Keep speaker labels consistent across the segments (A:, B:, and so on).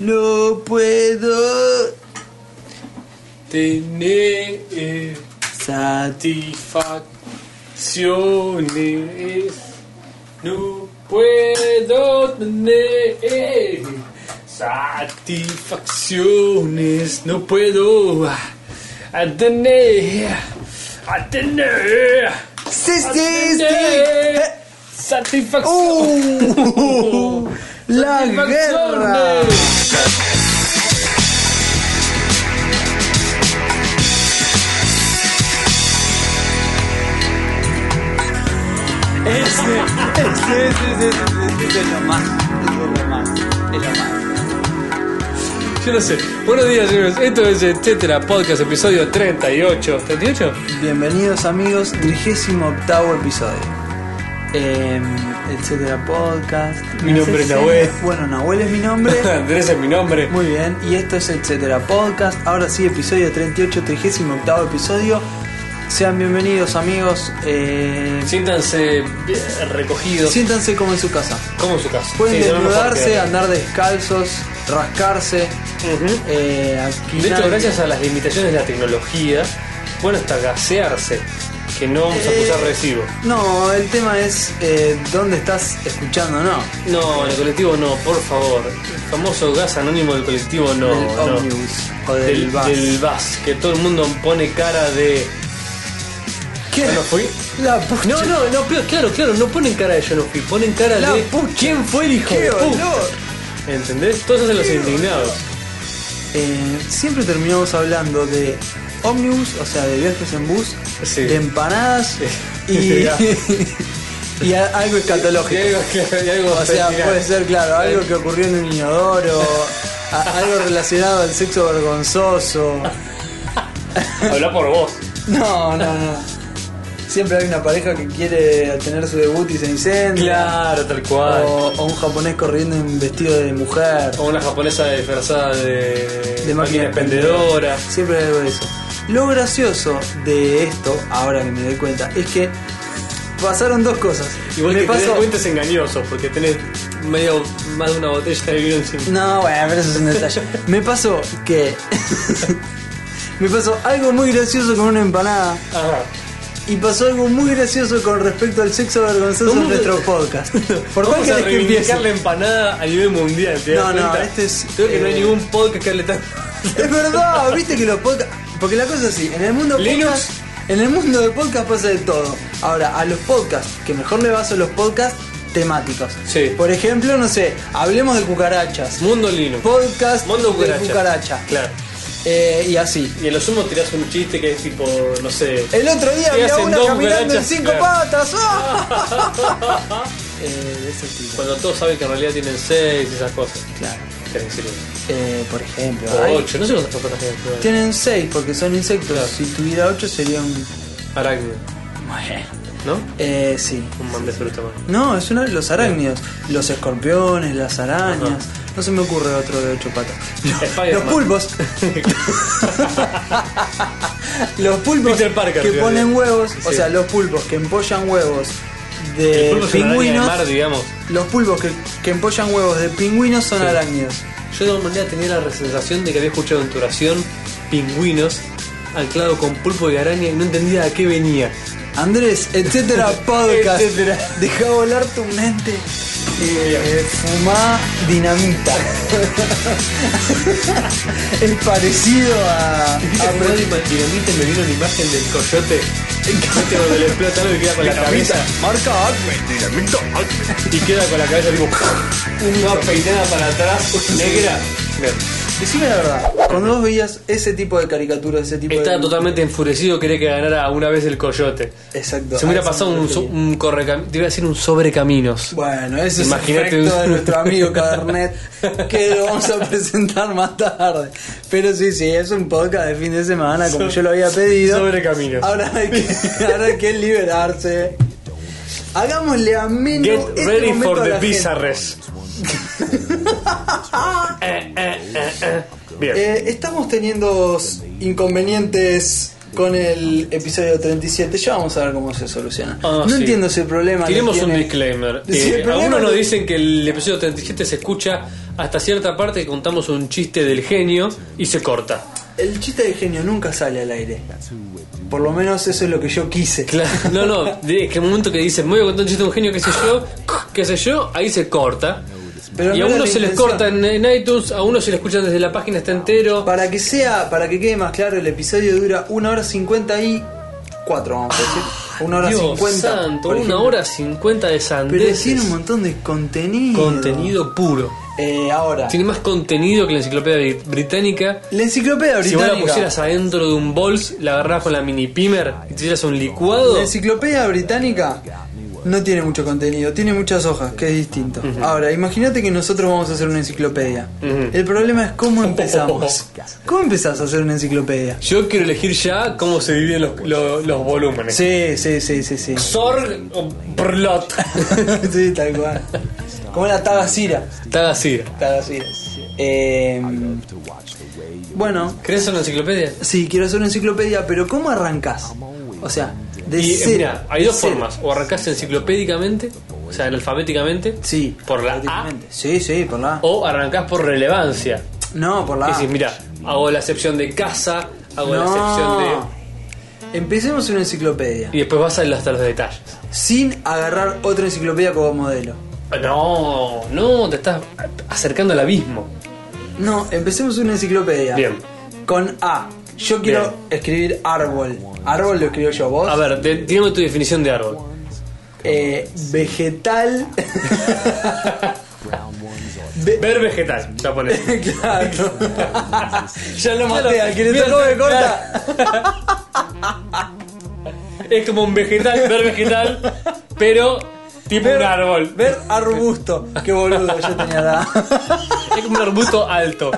A: No puedo
B: Tener eh,
A: satisfacer.
B: satisfacciones. No puedo tener satisfacciones. No puedo ah, tener. A tener. a tener
A: ¡Este
B: Satisfacción.
A: ¡Uh! ¡La guerra!
B: Satisfacciones.
A: Ese, ese, ese, ese, ese, ese es lo más. Es lo más. Es lo más.
B: Yo no sé. Buenos días, amigos. Esto es Etcétera Podcast, episodio 38. ¿38?
A: Bienvenidos amigos, 38 octavo episodio. Eh, etcétera podcast.
B: Mi
A: ¿Me
B: nombre
A: haces
B: es Nahuel.
A: señas? Bueno, Nahuel es mi nombre.
B: Andrés es mi nombre.
A: Muy bien, y esto es Etcétera Podcast. Ahora sí, episodio 38, 38 episodio. Sean bienvenidos amigos. Eh,
B: Siéntanse bien recogidos.
A: siéntanse como en su casa.
B: Como en su casa.
A: Pueden
B: Sí, son lo mejor
A: desnudarse,
B: que-
A: andar descalzos, rascarse.
B: Ujú.
A: Eh,
B: De
A: aquinar-
B: hecho, gracias a las limitaciones de la tecnología, bueno, hasta gasearse, que no vamos a acusar
A: Eh,
B: recibo.
A: No, el tema es eh, dónde estás escuchando, no.
B: No, en el colectivo no, por favor. El famoso gas anónimo del colectivo no.
A: del
B: no.
A: ómnibus o del, bus.
B: del bus, que todo el mundo pone cara de.
A: ¿Qué?
B: ¿Yo no fui?
A: La pucha.
B: No, no, no, pero claro, claro, no ponen cara de yo no fui, ponen cara
A: La
B: de
A: pucha.
B: ¿Quién fue el hijo
A: ¡Qué
B: de puta?
A: olor!
B: ¿Entendés? Todos hacen los
A: Qué
B: indignados.
A: Eh, siempre terminamos hablando de ómnibus, o sea, de viajes en bus,
B: Sí.
A: de empanadas
B: Sí,
A: y,
B: ya.
A: y a- algo
B: Y
A: escatológico.
B: algo- y algo
A: O sea,
B: terminal.
A: puede ser, claro, algo que ocurrió en un inodoro, a- algo relacionado al sexo vergonzoso.
B: Habla por vos.
A: No, no, no. Siempre hay una pareja que quiere tener su debut y se incendia.
B: Claro, tal cual.
A: O, o un japonés corriendo en vestido de mujer.
B: O una japonesa disfrazada de,
A: de
B: máquina
A: máquina
B: expendedora.
A: Siempre hay algo de eso. Lo gracioso de esto, ahora que me doy cuenta, es que pasaron dos cosas.
B: Y vos
A: me
B: te
A: pasó.
B: das cuenta es engañoso porque tenés medio más de una botella de vino encima.
A: No, bueno, pero eso es un detalle. me pasó que. me pasó algo muy gracioso con una empanada.
B: Ajá.
A: Y pasó algo muy gracioso con respecto al sexo vergonzoso
B: ¿Cómo
A: en
B: te-
A: nuestro podcast. ¿Por cuál
B: Vamos a
A: querés que empiece?
B: reivindicar la empanada a nivel mundial, ¿te das
A: No, no,
B: cuenta?
A: este es,
B: Creo que no hay
A: eh,
B: ningún podcast que hable tan...
A: Es verdad, viste que los podcasts. Porque la cosa es así, en el mundo
B: Linux.
A: podcast. En el mundo de podcast pasa de todo. Ahora, a los podcasts, que mejor le vas a los podcasts temáticos.
B: Sí.
A: Por ejemplo, no sé, hablemos de cucarachas.
B: Mundo Linux.
A: Podcast
B: Mundo
A: de
B: cucaracha.
A: cucaracha.
B: Claro.
A: Eh, y así.
B: Y en lo sumo tirás un chiste que es tipo, no sé...
A: El otro día
B: Sí,
A: había
B: hacen
A: una
B: dos
A: caminando en
B: cucarachas,
A: cinco
B: claro.
A: patas. ¡ah! Eh, de ese tipo.
B: Cuando todos saben que en realidad tienen seis y esas cosas.
A: Claro.
B: Querés decir uno.
A: Eh, por ejemplo.
B: O
A: hay-
B: ocho, no sé cuántas cosas hay.
A: Tienen seis porque son insectos.
B: Claro.
A: Si tuviera ocho sería un.
B: Arácnido, ¿no?
A: Eh, sí.
B: Un man de fruta más.
A: No, es uno de los arácnidos. Los escorpiones, las arañas. No se me ocurre otro de ocho patas. Los,
B: Spider-Man.
A: pulpos. los pulpos
B: Peter Parker,
A: que
B: tío,
A: ponen
B: tío.
A: huevos. O
B: Sí.
A: sea, los pulpos que empollan huevos
B: El
A: de
B: pulpo es una araña de
A: pingüinos.
B: mar, digamos.
A: los pulpos que, que empollan huevos de pingüinos son arácnidos.
B: Yo de alguna manera tenía la sensación de que había escuchado en tu oración pingüinos anclado con pulpo y araña y no entendía a qué venía.
A: Andrés, etcétera, podcast.
B: Etcétera.
A: Deja volar tu mente. Eh, fumá dinamita. es parecido a. a-
B: A dinamita me vino la imagen del coyote. Este cuando le explota algo y queda con la cabeza.
A: Marca
B: Y queda con la cabeza tipo. Una peinada para atrás, negra.
A: Decime la verdad, cuando vos veías ese tipo de caricatura, ese tipo de.
B: Estaba totalmente enfurecido, quería que ganara una vez el coyote.
A: Exacto. Ah,
B: Se me hubiera
A: a eso
B: pasado
A: me
B: un, so-
A: refería.
B: un correcaminos. Te iba a decir un sobrecaminos.
A: Bueno, ese
B: Imagínate
A: es el efecto
B: un-
A: de nuestro amigo Cabernet, que lo vamos a presentar más tarde. Pero sí, sí, es un podcast de fin de semana, como
B: So-
A: yo lo había pedido.
B: sobrecaminos.
A: Ahora hay que, ahora hay que liberarse. Hagámosle a menos
B: Get
A: este
B: ready
A: momento
B: for
A: a la gente.
B: the bizarres. Eh, eh, eh, eh. Bien.
A: Eh, estamos teniendo Eh, inconvenientes con el episodio 37. Ya vamos a ver cómo se soluciona.
B: Ah,
A: no
B: sí.
A: entiendo ese problema. que
B: Tiremos un
A: tiene-
B: disclaimer.
A: Sí, el
B: Eh,
A: problema
B: algunos nos
A: es-
B: dicen que el episodio 37 se escucha hasta cierta parte que contamos un chiste del genio y se corta.
A: El chiste de genio nunca sale al aire. Por lo menos eso es lo que yo quise.
B: Claro, no, no, de- es que el momento que dicen, me voy a contar un chiste de un genio, qué sé yo, qué sé yo, ahí se corta.
A: Pero
B: y
A: no
B: a
A: era
B: uno
A: la
B: se les
A: intención.
B: corta en, en iTunes, a uno se le escuchan desde la página, está entero.
A: Para que sea, para que quede más claro, el episodio dura 1 hora 54, vamos a decir. 1 hora
B: Ah, Dios
A: 50.
B: santo,
A: por
B: una
A: ejemplo.
B: hora cincuenta de
A: Pero
B: sandeces.
A: tiene un montón de contenido.
B: contenido puro.
A: Eh, ahora,
B: Tiene más contenido que la enciclopedia bri- británica.
A: la enciclopedia
B: Si vos
A: británica.
B: la pusieras adentro de un bols, la agarrás con la mini pimer y te hicieras un licuado.
A: La enciclopedia británica no tiene mucho contenido, tiene muchas hojas, que es distinto. Ahora, imagínate que nosotros vamos a hacer una enciclopedia.
B: Ujú.
A: El problema es cómo empezamos. ¿Cómo empezás a hacer una enciclopedia?
B: Yo quiero elegir ya cómo se dividen los, lo- los volúmenes.
A: Sí, sí, sí, sí, sí.
B: Sorg o Brlot.
A: sí, tal cual. Como la Tagasira.
B: Está así.
A: Tagasira. Eh, bueno,
B: ¿Crees una enciclopedia?
A: sí, quiero hacer una enciclopedia, pero ¿cómo arrancás? O sea, de
B: Y eh,
A: cero,
B: mira, hay dos
A: de cero.
B: formas. O arrancás enciclopédicamente, o sea, alfabéticamente,
A: Sí.
B: por la A,
A: prácticamente. Sí, sí, por la A.
B: o arrancás por relevancia.
A: No, por la
B: Y
A: A.
B: decís, mira, hago la excepción de casa, hago la
A: No.
B: excepción
A: Empecemos una enciclopedia.
B: de. Y después vas a- hasta los detalles.
A: Sin agarrar otra enciclopedia como modelo.
B: Ah, No, no, te estás acercando al abismo.
A: No, empecemos una enciclopedia.
B: Bien.
A: Con A. Yo quiero escribir árbol. Árbol lo escribo yo, vos.
B: A ver, de- dígame tu definición de árbol.
A: Eh, vegetal. Ve-
B: Ver vegetal, ya pones.
A: claro. ya lo maté
B: Claro,
A: al que le
B: bien,
A: tocó me corta.
B: Es como un vegetal, ver vegetal, pero tipo un árbol.
A: Ver arbusto. Qué boludo, yo tenía la.
B: Es como un arbusto alto.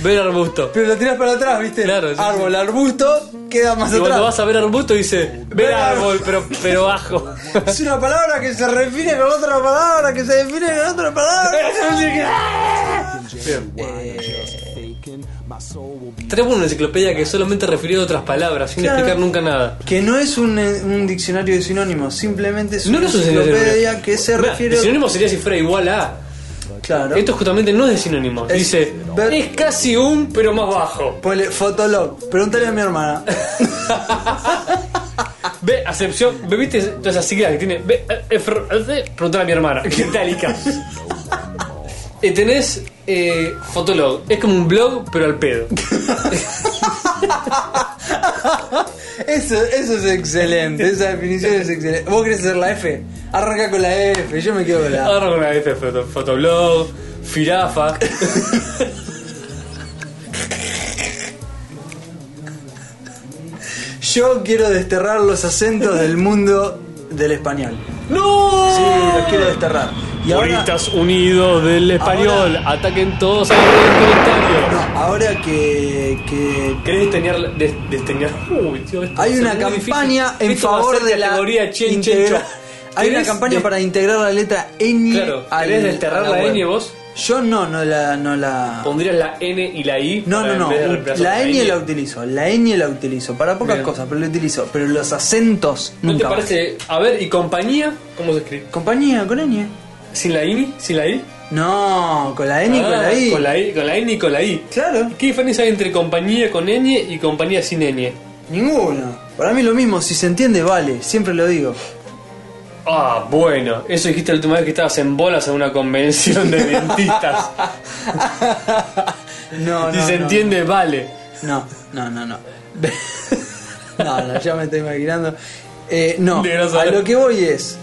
B: Ver arbusto.
A: Pero lo tirás para atrás, ¿viste?
B: Claro, sí,
A: árbol, arbusto, queda más
B: Y
A: atrás.
B: cuando vas a ver arbusto dice, ver árbol, pero, pero bajo.
A: Es una palabra que se define con otra palabra, que se define con otra palabra.
B: Bien. Tenemos una enciclopedia que solamente refirió a otras palabras, sin
A: Claro.
B: explicar nunca nada.
A: que no es un, un diccionario de sinónimos, simplemente es
B: No,
A: una
B: no es un sinónimo.
A: enciclopedia que se
B: Mirá,
A: refiere.
B: El sinónimo sería si fuera igual a.
A: Claro.
B: Esto justamente no es de sinónimo.
A: Es-
B: Dice,
A: ver-
B: es casi un, pero más bajo.
A: Ponle Fotolog. Pregúntale a mi hermana.
B: Ve, acepción, ¿ve, ¿viste todas esas siglas que tiene? Ve, eh, eh, fr- eh, preguntale a mi hermana, que es itálica. Eh, tenés eh, Fotolog, es como un blog, pero al pedo.
A: Eso, eso es excelente. Esa definición es excelente. ¿Vos querés hacer la F? Arranca con la F. Yo me quedo con la A.
B: Ahora una vez foto, Fotoblog, Firafa.
A: Yo quiero desterrar los acentos del mundo del español.
B: ¡No!
A: Sí, los quiero desterrar. Y ahora,
B: Puristas unidos del español, ataquen todos a los
A: no,
B: comentarios.
A: ahora que- que
B: ¿Querés desteñar? des- desteñar? Uy, tío, esto
A: Hay
B: va a
A: una
B: ser muy
A: campaña
B: difícil.
A: en
B: Esto va a
A: favor
B: ser
A: de la
B: categoría chen, chen,
A: integra-
B: chon.
A: Hay una
B: ¿Querés
A: campaña
B: des-
A: para integrar la letra ñ.
B: Claro,
A: al-
B: ¿querés desterrar
A: a
B: la
A: web?
B: ñ vos?
A: Yo no, no la no la
B: ¿Pondrías la N y la I?
A: No, no,
B: para en
A: no.
B: vez de reemplazar
A: La
B: por
A: ñ la utilizo, la ñ la utilizo para pocas
B: Bien.
A: cosas, pero la utilizo, pero los acentos
B: ¿No te
A: nunca. más.
B: parece? A ver, ¿y compañía? ¿Cómo se escribe?
A: Compañía con ñ.
B: ¿Sin la I? ¿Sin la I?
A: No, con la ñ y con
B: Ah,
A: la i.
B: Con la I, con la N y con la I.
A: Claro,
B: ¿Qué diferencia hay entre compañía con ñ y compañía sin ñ?
A: ninguno. Para mí lo mismo, si se entiende vale, siempre lo digo.
B: Ah, bueno, eso dijiste la última vez que estabas en bolas en una convención de dentistas.
A: No, no.
B: si se
A: no.
B: entiende, vale.
A: No, no, no, no. no, no, ya me estoy imaginando. Eh, no,
B: De grasa.
A: a lo que voy es,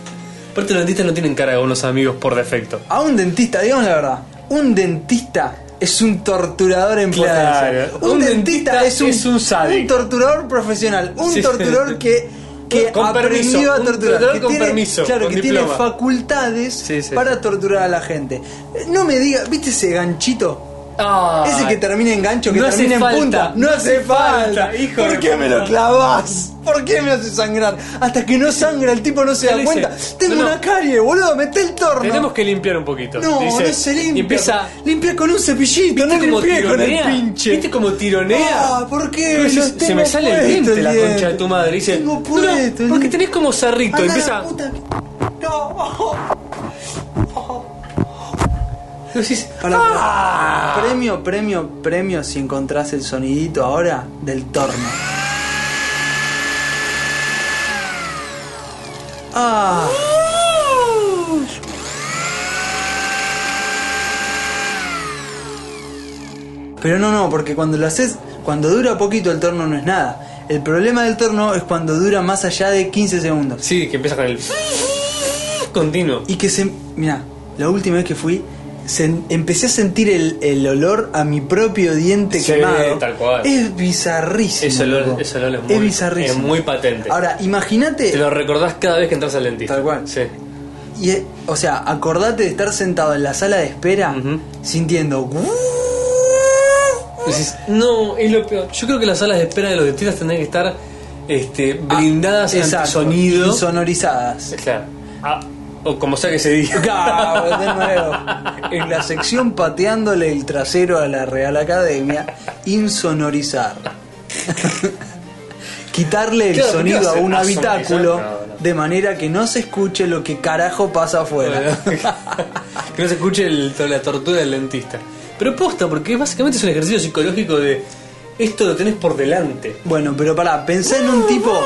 B: Aparte, los dentistas no tienen cara de unos amigos por defecto.
A: a un dentista, digamos la verdad, un dentista es un torturador en plena
B: Claro.
A: danza. Un,
B: Un
A: dentista,
B: dentista
A: es un,
B: es un sádico.
A: un torturador profesional, un
B: Sí.
A: torturador que, que
B: Con permiso,
A: aprendió a torturar,
B: un torturador
A: que
B: con
A: tiene,
B: permiso,
A: claro,
B: con
A: que tiene
B: diploma.
A: facultades
B: Sí, sí,
A: para torturar a la gente. Eh, No me digas, ¿viste ese ganchito?
B: Ah,
A: Ese que termina en gancho, que
B: No hace
A: termina en
B: falta.
A: punta. No hace falta.
B: hijo
A: ¿Por
B: de
A: qué me
B: puta.
A: lo clavas? ¿Por qué me hace sangrar? Hasta que no sangra, el tipo no se
B: Ya
A: da
B: lo
A: cuenta.
B: hice.
A: Tengo
B: No, no.
A: una carie, boludo, meté el torno.
B: Tenemos que limpiar un poquito.
A: No,
B: dice.
A: no se limpia.
B: Y empieza.
A: Limpia con un cepillito, no
B: ¿Viste cómo
A: limpié con el
B: tironea?
A: pinche.
B: ¿Viste cómo tironea?
A: Ah, ¿por
B: Y
A: qué?
B: vos
A: Los
B: decís, se
A: tengo
B: me sale el
A: puesto,
B: diente la
A: diente.
B: concha de tu madre. Dice,
A: Tengo
B: "No, no,
A: puesto,
B: porque
A: diente".
B: tenés como sarrito.
A: Anda
B: empieza.
A: la puta que- No.
B: y decís,
A: Pará,
B: "Ah".
A: pará. Premio, premio, premio si encontrás el sonidito ahora del torno. Ah. Pero no, no, porque cuando lo haces, cuando dura poquito el torno no es nada. El problema del torno es cuando dura más allá de 15 segundos.
B: Sí, que empieza con el. Continuo.
A: Y que se. Mira, la última vez que fui, sen- empecé a sentir el, el olor a mi propio diente
B: Sí,
A: quemado.
B: tal cual.
A: Es bizarrísimo.
B: Ese olor-
A: loco.
B: ese olor es muy-
A: bizarrísimo.
B: es muy patente.
A: Ahora, imagínate.
B: Te lo recordás cada vez que entras al dentista.
A: Tal cual.
B: Sí.
A: y, eh, o sea, acordate de estar sentado en la sala de espera
B: Ujú.
A: sintiendo.
B: Y Decís, no, es lo peor. Yo creo que las salas de espera de los dentistas tendrían que estar este, blindadas ante
A: Exacto,
B: sonido.
A: Insonorizadas.
B: Claro. Ah, o como sea que se diga.
A: Claro, de nuevo. En la sección pateándole el trasero a la Real Academia, insonorizar. Quitarle el
B: Claro, ¿por qué
A: sonido a
B: hacer?
A: un
B: Ah,
A: habitáculo
B: sonorizar, no, no.
A: de manera que no se escuche lo que carajo pasa afuera.
B: que no se escuche el- la tortura del dentista. Pero posta, porque básicamente es un ejercicio psicológico de esto lo tenés por delante.
A: Bueno, pero pará, pensá en un tipo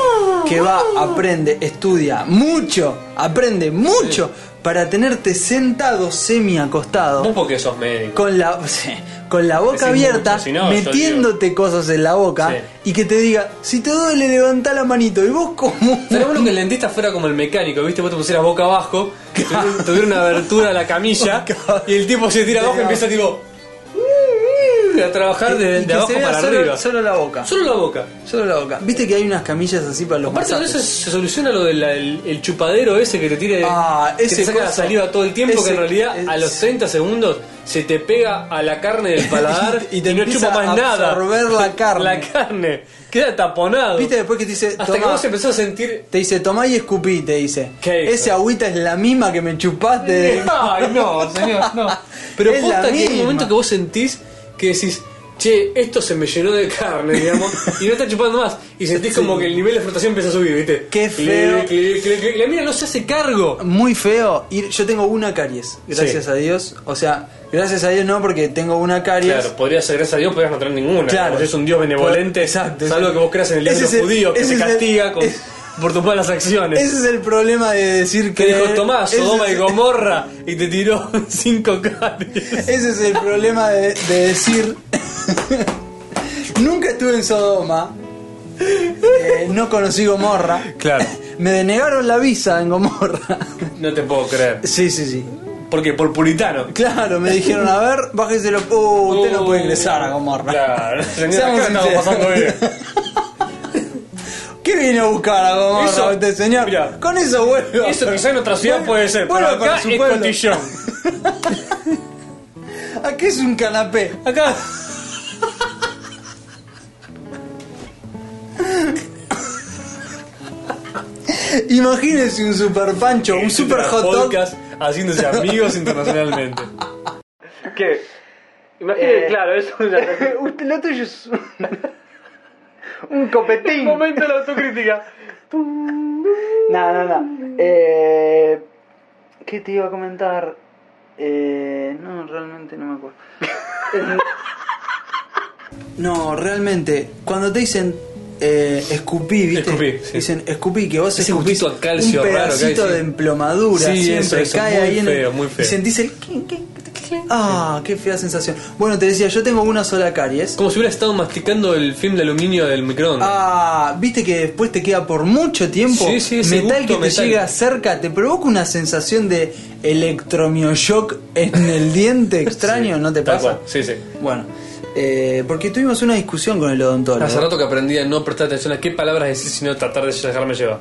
A: que va, aprende, estudia mucho, aprende mucho para tenerte sentado semi acostado.
B: Vos porque sos médico.
A: con la, con la boca
B: Decís
A: abierta,
B: mucho, si no, yo
A: metiéndote cosas en la boca
B: Sí.
A: y que te diga, si te duele, levanta la manito. Y vos como...
B: Sería bueno que el dentista fuera como el mecánico, ¿viste? Vos te pusieras boca abajo, tuviera, tuviera una abertura a la camilla y el tipo se tira abajo y empieza tipo... A trabajar de,
A: Y
B: de
A: que
B: abajo
A: se vea
B: para
A: solo,
B: arriba.
A: solo la boca.
B: Solo la boca.
A: Solo la boca. Viste que hay unas camillas así para los
B: Aparte de
A: masajes.
B: eso se soluciona lo del el- el chupadero ese que te tire
A: Ah,
B: que
A: ese
B: te saca la
A: coso.
B: saliva todo el tiempo,
A: Ese-
B: que en realidad a los
A: ese-
B: 30 segundos se te pega a la carne del paladar y,
A: Y te
B: no
A: empieza
B: chupa más
A: a
B: nada.
A: absorber la carne.
B: La carne. Queda taponado.
A: Viste después que te dice,
B: Hasta que
A: tomá.
B: vos empezás a sentir.
A: Te dice, tomá y escupí, te dice.
B: ¿Qué hijo?
A: Esa agüita es la misma que me chupaste. de-".
B: Ay, no, señor, no. Pero
A: Es la
B: posta que hay un
A: misma.
B: momento que vos sentís que decís. Che, esto se me llenó de carne, digamos, y no está chupando más. Y sentís como que el nivel de frustración empieza a subir, ¿viste?
A: Qué
B: Clic,
A: feo.
B: clic, clic, clic. La mira no se hace cargo.
A: Muy feo. ir- Yo tengo una caries, gracias
B: Sí.
A: a Dios. O sea, gracias a Dios no, porque tengo una caries.
B: Claro, podría ser, gracias a Dios, podrías no tener ninguna.
A: Claro.
B: Claro. Es un Dios benevolente.
A: Por- exacto,
B: Salvo
A: exacto.
B: que vos creas en el Dios
A: Ese
B: de los
A: es el-
B: judíos, que
A: ese
B: te
A: es el-
B: castiga con-
A: es-
B: por tus malas acciones.
A: Ese es el problema de decir
B: que
A: que.
B: dijo Tomás,
A: Ese
B: Sodoma
A: es-
B: y Gomorra, y te tiró cinco caries.
A: Ese es el problema de, de decir. Nunca estuve en Sodoma. Eh, no conocí Gomorra.
B: Claro.
A: Me denegaron la visa en Gomorra.
B: No te puedo creer.
A: Sí, sí, sí.
B: Porque por puritano.
A: Claro, me dijeron, a ver, bájese los. Uh, usted no puede ingresar a Gomorra.
B: Claro, señora,
A: Seamos
B: acá la estamos pasando
A: sinceros.
B: bien.
A: ¿Qué viene a buscar a Gomorra
B: Eso-
A: usted, señor?
B: Mirá.
A: Con eso vuelvo.
B: Eso quizá en otra ciudad
A: Vuelve-
B: puede ser, pero
A: vuelve para
B: acá
A: su
B: es
A: pueblo.
B: cotillón.
A: Aquí es un canapé.
B: Acá.
A: Imagínese un super pancho, un super
B: Ultra
A: hot dog.
B: podcast haciéndose amigos internacionalmente. ¿Qué? eh,
A: Imagínate,
B: claro, eso ya
A: Usted, lo tuyo es un, un copetín.
B: Momento de la autocrítica.
A: No, no, no. Eh, ¿Qué te iba a comentar? Eh, no, realmente no me acuerdo. Eh, no, realmente, cuando te dicen eh, escupí, ¿viste?
B: Escupí, sí.
A: Dicen escupí, que vos
B: Ese
A: escupís
B: gustito a calcio
A: un
B: raro que hay,
A: pedacito
B: sí.
A: de emplomadura,
B: Sí,
A: siempre
B: eso, eso,
A: cae
B: muy
A: ahí en
B: feo,
A: el,
B: muy
A: Y
B: feo.
A: sentís el... clink, clink, clink. Ah, qué fea sensación. Bueno, te decía, yo tengo una sola caries.
B: Como si hubiera estado masticando el film de aluminio del microondas.
A: Ah, viste que después te queda por mucho tiempo
B: Sí, sí, ese
A: metal que
B: gusto
A: te
B: metálico.
A: llega cerca, te provoca una sensación de electromioshock en el diente extraño,
B: Sí,
A: ¿no te
B: tal
A: pasa?
B: cual, sí, sí.
A: Bueno, eh, porque tuvimos una discusión con el odontólogo.
B: Hace rato que aprendí a no prestar atención a qué palabras decir, sino tratar de dejarme llevar.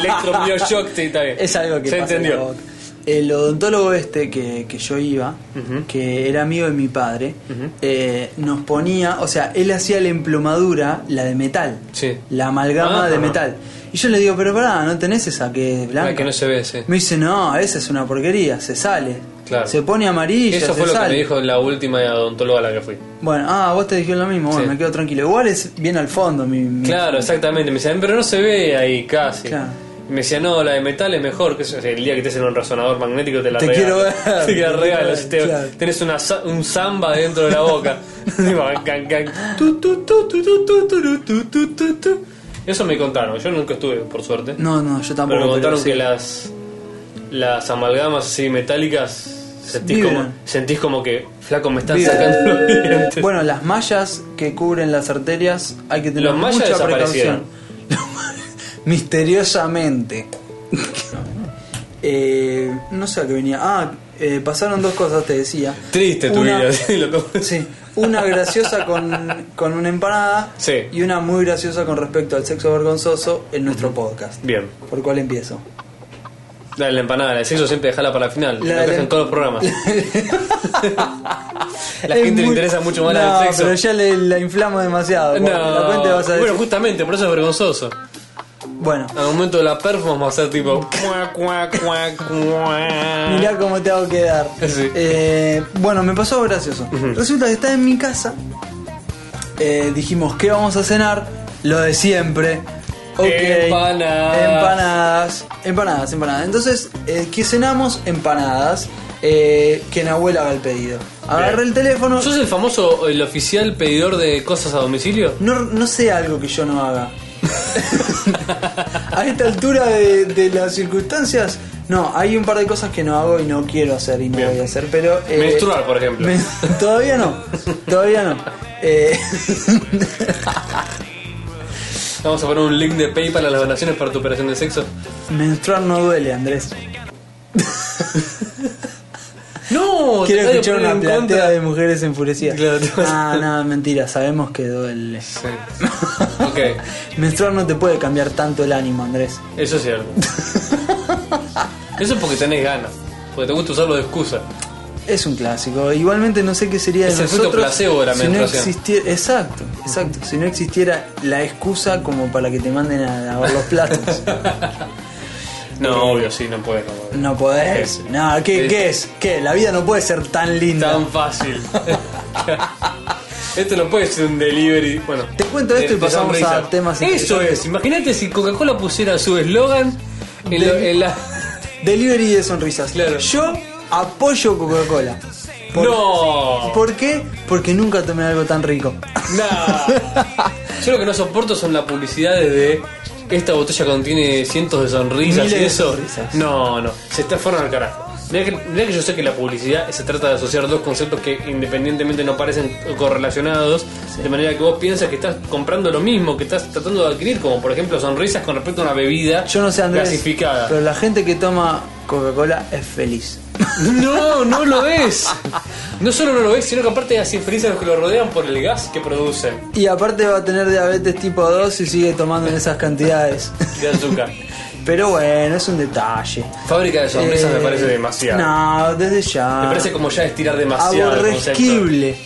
B: Electromyoshock, sí, está bien.
A: Es algo que
B: Se
A: pasa en la
B: entendió.
A: boca. el odontólogo este que, que yo iba,
B: Ujú.
A: que era amigo de mi padre,
B: Ujú.
A: eh, nos ponía, o sea, él hacía la emplomadura, la de metal,
B: Sí.
A: la amalgama
B: Ah,
A: de
B: ajá.
A: metal. Y yo le digo, pero pará, ¿no tenés esa que es blanca?
B: Ah, que no se ve, sí.
A: Me dice, no, esa es una porquería, se sale.
B: Claro.
A: Se pone amarilla,
B: Eso
A: se
B: fue lo que
A: sale.
B: me dijo la última odontóloga a la que fui.
A: Bueno, ah, vos te dijeron lo mismo, bueno,
B: Sí.
A: me quedo tranquilo. Igual es bien al fondo mi... mi-
B: Claro, exactamente. Me decían, pero no se ve ahí casi.
A: Claro.
B: Y me decían, no, la de metal es mejor. Que eso". O sea, el día que te hacen un resonador magnético te la
A: Te
B: regalo.
A: quiero ver.
B: Te la regalo. Si te-
A: Claro.
B: Tenés una, sa- un samba dentro de la boca. Can, can. Tu, tu, tu, tu, tu, tu, tu, tu, tu, tu, tu. Eso me contaron. Yo nunca estuve, por suerte.
A: No, no, yo
B: pero
A: tampoco.
B: me contaron
A: sí.
B: que las, las amalgamas así metálicas sentís como,
A: Vibran.
B: sentís como que, flaco, me están
A: Vibran.
B: sacando los dientes.
A: Bueno, las mallas que cubren las arterias hay que tener
B: Los mayas
A: mucha
B: desaparecieron.
A: precaución. Misteriosamente. Eh, no sé a qué venía. Ah, eh, pasaron dos cosas, te decía.
B: Triste tu
A: Una-
B: vida. sí, loco.
A: Sí, una graciosa con, con una empanada
B: Sí.
A: y una muy graciosa con respecto al sexo vergonzoso en nuestro podcast.
B: Bien.
A: ¿Por cuál empiezo?
B: Dale, la empanada, la de sexo siempre dejala para la final.
A: La
B: lo que
A: de-
B: hacen todos los programas. la
A: Es
B: gente le
A: muy-
B: interesa mucho más
A: No,
B: la del sexo.
A: pero ya le, la inflamos demasiado.
B: No,
A: La cuenta vas a decir-
B: bueno, justamente, por eso es vergonzoso.
A: bueno,
B: Al momento de la performance va a ser tipo. cuac, cuac, cuac, cuac.
A: Mirá cómo te hago quedar.
B: Sí.
A: Eh, bueno, me pasó gracioso. Resulta que estaba en mi casa. eh, dijimos, ¿qué vamos a cenar? Lo de siempre. Ok.
B: Empanadas.
A: Empanadas. Empanadas, empanadas. Entonces, eh, ¿qué cenamos? Empanadas. Eh, que Nahuel haga el pedido. Agarré
B: Bien.
A: el teléfono.
B: ¿Sos el famoso, el oficial pedidor de cosas a domicilio?
A: No, no sé algo que yo no haga. a esta altura de, de las circunstancias, no, hay un par de cosas que no hago y no quiero hacer y no
B: Bien.
A: voy a hacer, pero... eh,
B: Menstruar, por ejemplo.
A: todavía no, todavía no. Eh,
B: Vamos a poner un link de PayPal a las donaciones para tu operación de sexo.
A: menstruar no duele, Andrés.
B: ¡No!
A: Quiero
B: te voy a
A: escuchar
B: poner
A: una
B: en
A: platea
B: contra.
A: de mujeres enfurecidas.
B: Claro, te vas a-
A: ah, no, mentira, sabemos que duele.
B: Sí. Ok,
A: Menstruar no te puede cambiar tanto el ánimo, Andrés.
B: eso es cierto. Eso es porque tenés ganas. Porque te gusta usarlo de excusa.
A: Es un clásico. Igualmente no sé qué sería
B: Es
A: de
B: el efecto
A: nosotros
B: placebo de la
A: si no
B: menstruación.
A: existiera, exacto, exacto. Si no existiera la excusa como para que te manden a lavar los platos.
B: No, obvio, sí, no puedes. no puedes.
A: No podés.
B: Es-
A: No, ¿qué, qué es? ¿Qué? La vida no puede ser tan linda.
B: Tan fácil. Esto no puede ser un delivery. Bueno, eh,
A: Te cuento esto y pasamos a temas
B: Eso
A: interesantes.
B: es. Imagínate si Coca-Cola pusiera su eslogan en, lo- en la.
A: Delivery de sonrisas.
B: Claro.
A: Yo apoyo Coca-Cola. Por-
B: ¡No!
A: ¿Por qué? Porque nunca tomé algo tan rico.
B: ¡No! Yo lo que no soporto son las publicidades de. Esta botella contiene cientos de sonrisas
A: Miles
B: y
A: de
B: eso.
A: sonrisas.
B: No, no. Se está fueron al carajo. Mirá que, mirá que yo sé que la publicidad se trata de asociar dos conceptos que independientemente no parecen correlacionados, de manera que vos piensas que estás comprando lo mismo, que estás tratando de adquirir, como por ejemplo sonrisas con respecto a una bebida
A: Yo no sé, Andrés.
B: clasificada.
A: Pero la gente que toma Coca-Cola es feliz.
B: No, no lo es. No solo no lo es, sino que aparte hace infelices a los que lo rodean por el gas que producen
A: Y aparte va a tener diabetes tipo 2 y sigue tomando en esas cantidades.
B: de azúcar.
A: Pero bueno, es un detalle.
B: Fábrica de sonrisas
A: Eh,
B: me parece demasiado.
A: No, desde ya.
B: Me parece como ya estirar demasiado. el concepto.
A: aborresquible.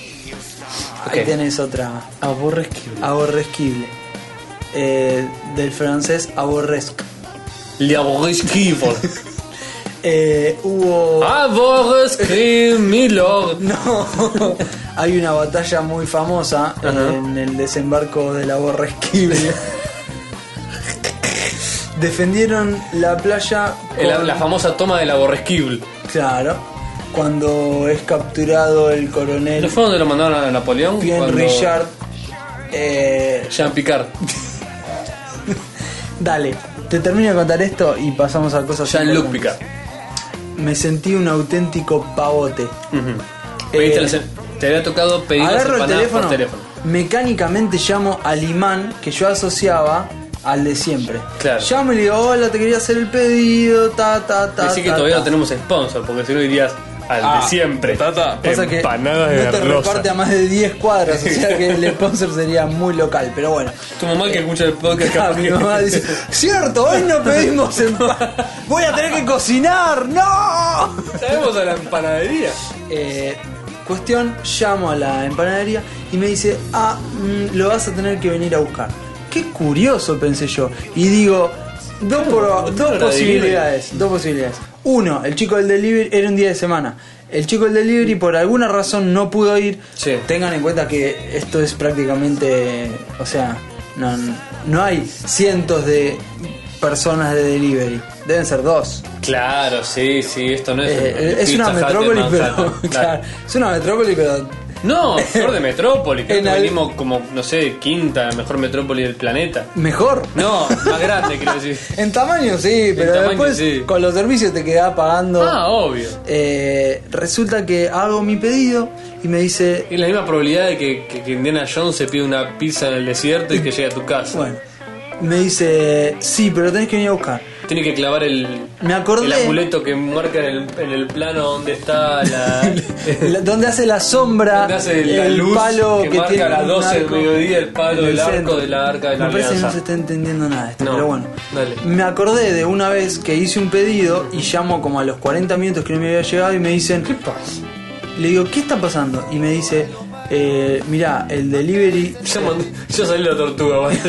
A: Ahí
B: Ok.
A: tenés otra. Aborresquible. Aborresquible. Eh, del francés aborresque.
B: Le aborresquible.
A: Eh, hubo.
B: Ah. Aborresquible, mi lord.
A: No. Hay una batalla muy famosa
B: Ajá.
A: en el desembarco del aborresquible. Defendieron la playa.
B: El-
A: con-
B: la famosa toma del aborresquible.
A: Claro. Cuando es capturado el coronel
B: ¿No fue donde lo mandaron a Napoleón?
A: Pierre
B: Cuando-
A: Richard. Eh,
B: Jean Picard.
A: dale, te termino de contar esto y pasamos a cosas.
B: Jean-Luc Picard.
A: importantes. Me sentí un auténtico pavote.
B: Ujú. Pediste
A: Eh,
B: las- te había tocado pedir las
A: Agarro el
B: empanadas
A: teléfono,
B: por teléfono.
A: Mecánicamente llamo al imán que yo asociaba al de siempre.
B: Claro.
A: Llamo y le digo, hola, te quería hacer el pedido, ta, ta, ta.
B: Decí que
A: ta,
B: todavía
A: ta".
B: no tenemos sponsor, porque si no dirías, al
A: Ah,
B: de siempre.
C: Tata,
A: Pasa que
B: empanadas de
A: no te
B: merluza.
A: reparte a más de 10 cuadras, o sea que el sponsor sería muy local, pero bueno.
B: Tu mamá que escucha el podcast
A: Ah,
B: capaz
A: mi
B: que-
A: mamá dice, cierto, hoy no pedimos empa- Voy a tener que cocinar, no.
B: Sabemos a la empanadería.
A: Eh, cuestión, llamo a la empanadería y me dice, ah, mm, lo vas a tener que venir a buscar. Qué curioso, pensé yo. Y digo, dos, proba-
B: no
A: dos
B: era
A: posibilidades, dos posibilidades. Uno, el chico del delivery era un día de semana. El chico del delivery por alguna razón no pudo ir.
B: Sí.
A: Tengan en cuenta que esto es prácticamente, o sea, no, no hay cientos de personas de delivery. Deben ser dos.
B: Claro, sí, sí, esto no es.
A: Eh, es una
B: Pizza Hut de
A: metrópoli, pero.
B: Manhattan, claro.
A: claro, es una metrópoli, pero.
B: No, mejor de metrópoli. Creo
A: En
B: que
A: al-
B: venimos como, no sé, quinta, mejor metrópoli del planeta.
A: Mejor.
B: No, más grande, quiero decir.
A: En tamaño sí, pero
B: tamaño,
A: después
B: sí.
A: con los servicios te quedás pagando.
B: Ah, obvio.
A: Eh, resulta que hago mi pedido y me dice.
B: Es la misma probabilidad de que, que- que Indiana Jones se pida una pizza en el desierto y que llegue a tu casa.
A: Bueno, me dice. Sí, pero tenés que venir a buscar.
B: Tiene que clavar el,
A: Me acordé.
B: el amuleto que marca en el, en el plano donde está la.
A: La- donde hace la sombra.
B: donde hace la
A: el
B: luz
A: palo
B: que,
A: que,
B: marca
A: tiene
B: a las
A: un
B: 12 del
A: arco
B: mediodía el palo
A: en el
B: del arco
A: centro.
B: de la arca de la
A: Me parece que no
B: alianza.
A: se está entendiendo nada de esto,
B: No,
A: pero bueno.
B: dale.
A: Me acordé de una vez que hice un pedido y llamo como a los 40 minutos que no me había llegado y me dicen.
B: ¿Qué pasa?
A: Le digo, ¿qué está pasando? Y me dice, eh, mirá, el delivery.
B: Yo, mandé- yo salí la tortuga, vaya.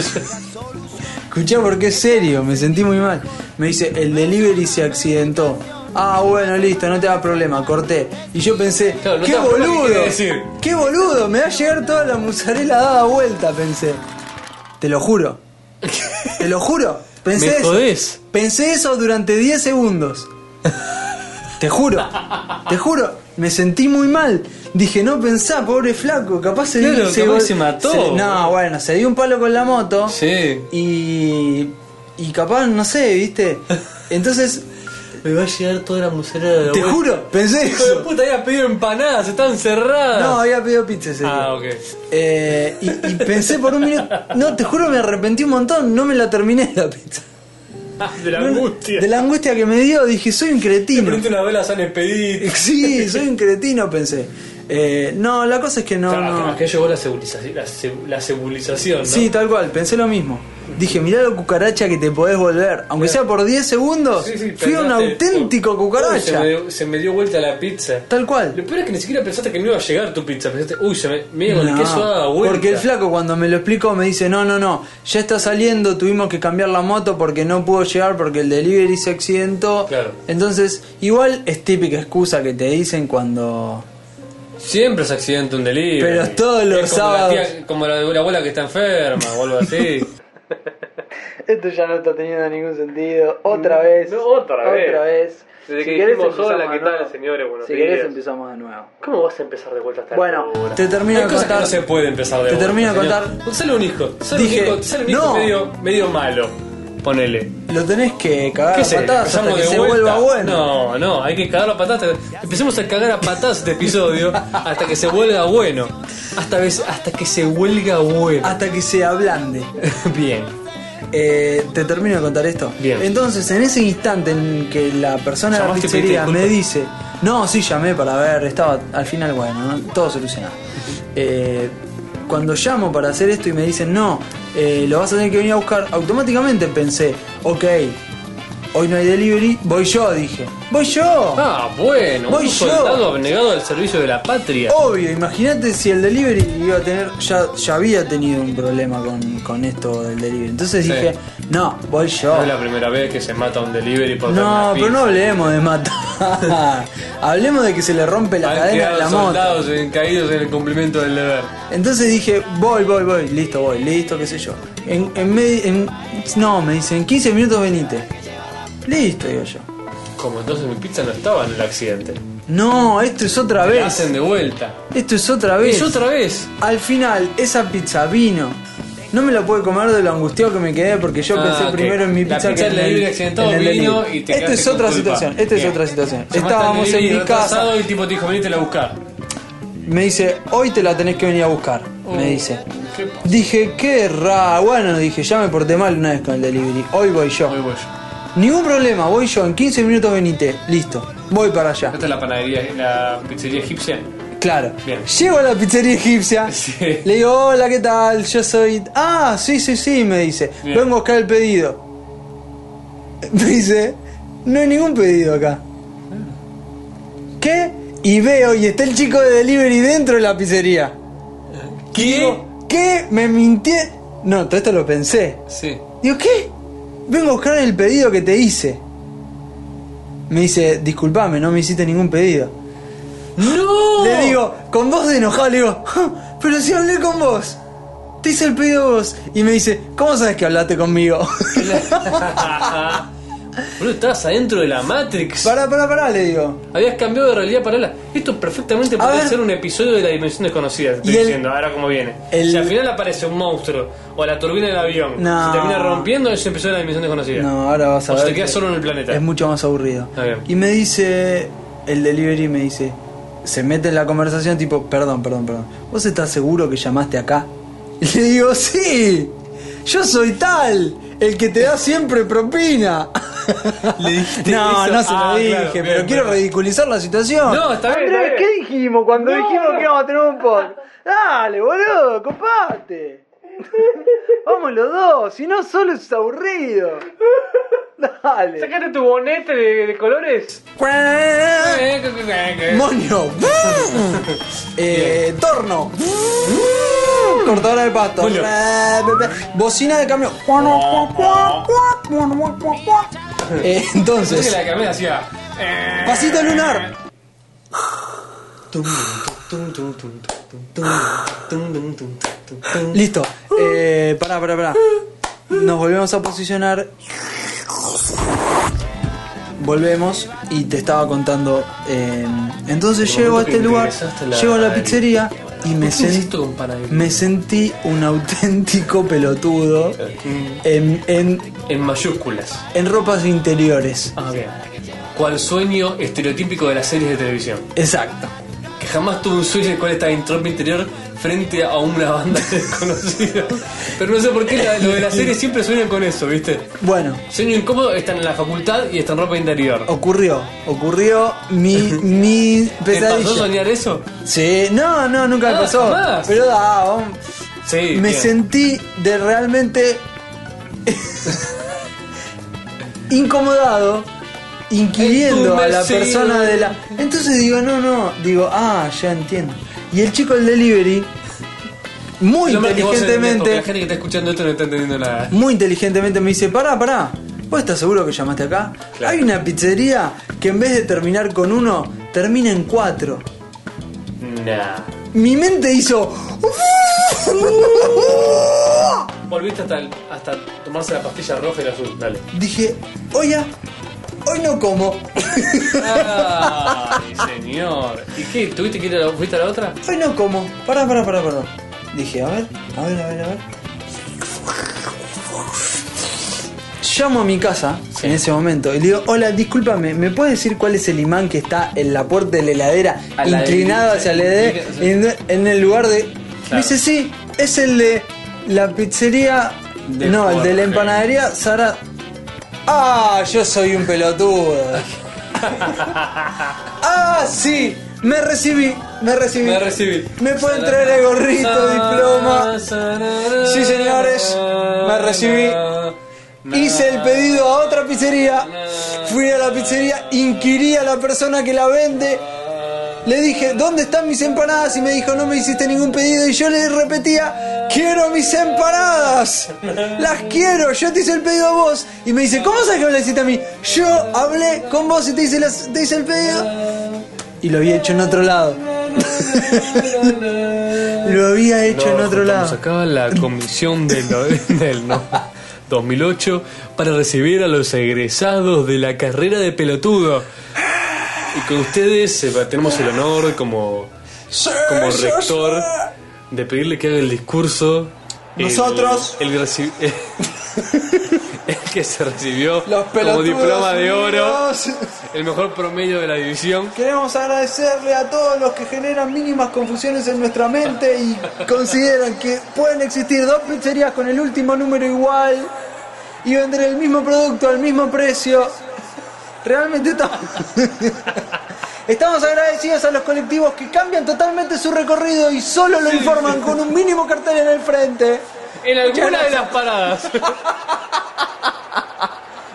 A: Escuchá porque es serio, me sentí muy mal. Me dice, el delivery se accidentó. Ah, bueno, listo, no te da problema, corté. Y yo pensé,
B: Claro, no te
A: qué
B: da problema, ¿qué
A: boludo,
B: quiere decir?
A: qué boludo, me va a llegar toda la mozzarella dada vuelta, pensé. Te lo juro. Te lo juro. Pensé
B: Me
A: eso.
B: jodés.
A: Pensé eso durante 10 segundos. Te juro, te juro, me sentí muy mal. Dije, no pensá, pobre flaco, capaz se,
B: Claro, capaz
A: gol-
B: se mató.
A: no, bueno, se dio un palo con la moto.
B: Sí.
A: Y. Y capaz, no sé, viste. Entonces,
B: Me va a llegar toda la musera de
A: te juro, pensé
B: Hijo de
A: eso.
B: puta, había pedido empanadas, están cerradas.
A: No, había pedido pizza ese día.
B: ah, ok.
A: Eh, y, y pensé por un minuto. No, te juro, me arrepentí un montón. No me la terminé la pizza.
B: De la angustia.
A: De la angustia que me dio, dije, soy un cretino.
B: Prendiste una vela San Expedito.
A: Sí, soy un cretino, pensé. Eh, no, la cosa es que no.
B: Claro,
A: no.
B: que llegó la civilización. La, ce- la civilización, ¿no?
A: Sí, tal cual, pensé lo mismo. Dije, mirá lo cucaracha que te podés volver. Aunque sea por 10 segundos,
B: Sí, sí,
A: fui un
B: pensaste,
A: auténtico
B: "Uy, Se
A: cucaracha.
B: me, dio, se me dio vuelta la pizza.
A: Tal cual.
B: Lo peor es que ni siquiera pensaste que no iba a llegar tu pizza. Pensaste, uy, se me. Mira, con el
A: No,
B: queso daba vuelta.
A: porque el flaco cuando me lo explicó me dice, no, no, no, ya está saliendo, tuvimos que cambiar la moto porque no pudo llegar porque el delivery se accidentó.
B: Claro.
A: Entonces, igual es típica excusa que te dicen cuando...
B: Siempre se accidenta un delirio.
A: Pero todos los sábados.
B: como la de la abuela que está enferma o algo así.
D: Esto ya no está teniendo ningún sentido. Otra vez.
B: Mm, no, otra
D: Otra
B: vez.
D: vez.
B: Desde que
D: querés
B: dijimos, hola,
D: empezamos
B: ¿qué
D: de
B: tal,
D: nuevo.
B: señores? Buenos
D: Si querés
B: días.
D: empezamos de nuevo.
B: ¿Cómo vas a empezar de vuelta hasta
D: Bueno,
A: Te termino
B: Hay
A: de
B: cosas que
A: contar...
B: no se puede empezar de
A: Te
B: vuelta,
A: termino de
B: señor.
A: contar.
B: Sale un hijo. Sale
A: Dije,
B: un hijo, sale un hijo
A: no.
B: medio, medio malo. Ponele.
A: Lo tenés que cagar
B: ¿Qué
A: a
B: sé?
A: patadas hasta
B: ¿Empezamos
A: que
B: de
A: se
B: vuelta?
A: vuelva bueno.
B: No, no, hay que cagar a patadas. hasta- Empecemos a cagar a patadas este episodio hasta que se vuelva bueno. Hasta, ves- hasta que se vuelva bueno.
A: Hasta que se ablande.
B: Bien.
A: Eh, te termino de contar esto.
B: Bien.
A: Entonces, en ese instante en que la persona de la
B: ¿Llamaste y pediste
A: pizzería me
B: disculpas?
A: dice, no, sí, llamé para ver, estaba al final, bueno, ¿no? todo solucionado. Eh, cuando llamo para hacer esto y me dicen, no, eh, lo vas a tener que venir a buscar, automáticamente pensé, ok, hoy no hay delivery, voy yo, dije, voy yo.
B: Ah, bueno.
A: Voy
B: un
A: yo. Oh.
B: soldado abnegado al servicio de la patria.
A: Obvio, imagínate si el delivery iba a tener, ya, ya había tenido un problema con, con esto del delivery. Entonces
B: Sí.
A: dije, no, voy yo.
B: No es la primera vez que se mata un delivery por
A: No,
B: una
A: pero no
B: pizza.
A: hablemos de matar. hablemos de que se le rompe la
B: Han
A: cadena de
B: quedado
A: la moto.
B: soldados en- caídos en el cumplimiento del deber.
A: Entonces dije, voy, voy, voy, listo, voy, listo, qué sé yo. En, en me- en- no, me dicen, 15 minutos venite. Listo, digo yo.
B: Como entonces mi pizza no estaba en el accidente.
A: No, esto es otra
B: La
A: vez.
B: hacen de vuelta.
A: Esto es otra vez.
B: Es otra vez.
A: Al final, esa pizza vino. No me la pude comer de lo angustiado que me quedé porque yo
B: Ah,
A: pensé
B: ok.
A: primero en mi
B: La
A: pizza,
B: pizza
A: que en
B: del
A: el,
B: delivery accidentado
A: en el
B: vino
A: delivery.
B: y te
A: Esta
B: quedaste
A: es otra
B: con culpa.
A: situación, esta es
B: Bien.
A: otra situación.
B: Llamaste al
A: Estábamos
B: delivery
A: en mi casa.
B: retrasado Y el tipo te dijo, venite a buscar.
A: Me dice, hoy te la tenés que venir a buscar. Me
B: Oh.
A: dice.
B: ¿Qué pasa?
A: Dije, qué raro. Bueno, dije, ya me porté mal una vez con el delivery. Hoy voy yo.
B: Muy bueno.
A: Ningún problema, voy yo, en 15 minutos venite. Listo, voy para allá.
B: Esta es la panadería, la pizzería egipcia.
A: Claro.
B: Bien.
A: Llego a la pizzería egipcia.
B: Sí.
A: Le digo, hola, ¿qué tal? Yo soy... Ah, sí, sí, sí, me dice.
B: Bien.
A: Vengo a buscar el pedido. Me dice, no hay ningún pedido acá.
B: Ah.
A: ¿Qué? Y veo, y está el chico de delivery dentro de la pizzería.
B: ¿Qué?
A: ¿Qué? ¿Me mintió? No, todo esto lo pensé.
B: Sí.
A: Digo, ¿qué? Vengo a buscar el pedido que te hice. Me dice, disculpame, no me hiciste ningún pedido.
B: ¡No!
A: Le digo, con voz de enojado, le digo, "Ja, pero si hablé con vos. Te hice el pedido vos. Y me dice, ¿cómo sabes que hablaste conmigo?
B: Boludo, estabas adentro de la Matrix.
A: pará, pará, pará, le digo.
B: Habías cambiado de realidad paralela. Esto perfectamente
A: A
B: puede
A: ver.
B: ser un episodio de la dimensión desconocida, te estoy
A: Y el-
B: diciendo, ahora como viene.
A: el-
B: Si al final aparece un monstruo o la turbina del avión,
A: No.
B: se termina rompiendo, es un episodio de la dimensión desconocida.
A: No, ahora vas a
B: O
A: ver.
B: se te queda
A: que
B: solo en el planeta.
A: Es mucho más aburrido.
B: Está bien.
A: Y me dice, el delivery me dice, se mete en la conversación tipo, perdón, perdón, perdón. ¿Vos estás seguro que llamaste acá? Y le digo, sí, yo soy tal, el que te da siempre propina.
B: ¿Le dijiste
A: no,
B: eso?
A: no se lo
B: Ah,
A: dije,
B: claro,
A: pero
B: bien,
A: quiero
B: bien.
A: ridiculizar la situación.
B: No, está bien.
D: Andrés,
B: está
D: ¿qué
B: bien.
D: dijimos cuando dijimos que íbamos a tener un podcast? Dale, boludo, copate. Vamos los dos, si no solo es aburrido. Dale.
B: Sacate tu bonete de, de colores.
A: Moño. eh, torno. Cortadora de pasto.
B: Moño.
A: Bocina de camión. Eh,
B: Pensé que
A: entonces,
B: la camela hacía.
A: pasito lunar. Listo. Eh, pará, pará, pará. Nos volvemos a posicionar. Volvemos y te estaba contando. eh, entonces
B: El
A: llego a
B: momento que
A: este lugar,
B: ingresaste a la
A: llego a la
B: panadería.
A: pizzería y me,
B: ¿Qué
A: sen-
B: hiciste con panadería?
A: me sentí un auténtico pelotudo en, en,
B: En mayúsculas.
A: en ropas interiores.
B: Ah, bien. Cual sueño estereotípico de las series de televisión.
A: Exacto.
B: Que jamás tuve un sueño en el cual estaba en trompa interior frente a una banda desconocida. Pero no sé por qué la- lo de las series siempre suenan con eso, ¿viste?
A: Bueno,
B: Sueño incómodo, están en la facultad y están en ropa interior.
A: Oh, ocurrió. Ocurrió mi, mi
B: ¿Te pasó
A: pesadilla.
B: soñar eso?
A: Sí, no, no, nunca me
B: Ah,
A: pasó.
B: jamás.
A: Pero da, vamos.
B: Sí.
A: me
B: bien.
A: sentí de realmente incomodado, inquiriendo a la
B: Entumecido.
A: persona de la. Entonces digo, no, no, digo, ah, ya entiendo. Y el chico del delivery, muy
B: Lo malo que vos entendés, porque
A: inteligentemente,
B: La gente que está escuchando esto no está entendiendo nada.
A: muy inteligentemente me dice, pará, pará, ¿vos estás seguro que llamaste acá?
B: Claro.
A: Hay una pizzería que en vez de terminar con uno, termina en cuatro.
B: Nah.
A: Mi mente hizo.
B: Volviste hasta, el- hasta tomarse la pastilla roja y la azul, dale.
A: Dije, oye, hoy no como.
B: Ay, señor. ¿Y qué? ¿Tuviste que ir a la, fuiste a la otra?
A: Hoy no como. Pará, pará, pará, pará. Dije, a ver, a ver, a ver, a ver. Llamo a mi casa en ese momento y le digo, hola, discúlpame, ¿me puedes decir cuál es el imán que está en la puerta de la heladera
B: A la
A: inclinado
B: derecha,
A: hacia la heladera
B: inclinado, sí.
A: en, en el lugar de... Me
B: Claro.
A: dice, sí, es el de la pizzería...
B: De
A: no, el de la
B: Jorge.
A: empanadería Sara... Ah, yo soy un pelotudo. Ah, sí, me recibí, me recibí.
B: Me recibí.
A: Me pueden traer el gorrito, diploma. Sí, señores, me recibí. Hice el pedido a otra pizzería. Fui a la pizzería, inquirí a la persona que la vende. Le dije, ¿dónde están mis empanadas? Y me dijo, no me hiciste ningún pedido. Y yo le repetía, quiero mis empanadas. Las quiero, yo te hice el pedido a vos. Y me dice, ¿cómo sabes que me la hiciste a mí? Yo hablé con vos y te hice, las- te hice el pedido. Y lo había hecho en otro lado. lo había hecho en otro lado.
B: Acaba la comisión del, no- del no- 2008 para recibir a los egresados de la carrera de pelotudo. Y con ustedes eh, tenemos el honor como, como rector de pedirle que haga el discurso. el-
A: Nosotros.
B: El, reci- el que se recibió
A: Los
B: como
A: pelotudos
B: diploma de oro.
A: unidos.
B: El mejor promedio de la división.
A: Queremos agradecerle a todos los que generan mínimas confusiones en nuestra mente y consideran que pueden existir dos pizzerías con el último número igual y vender el mismo producto al mismo precio. Realmente estamos... estamos agradecidos a los colectivos que cambian totalmente su recorrido y solo lo informan con un mínimo cartel en el frente.
B: En alguna de las paradas.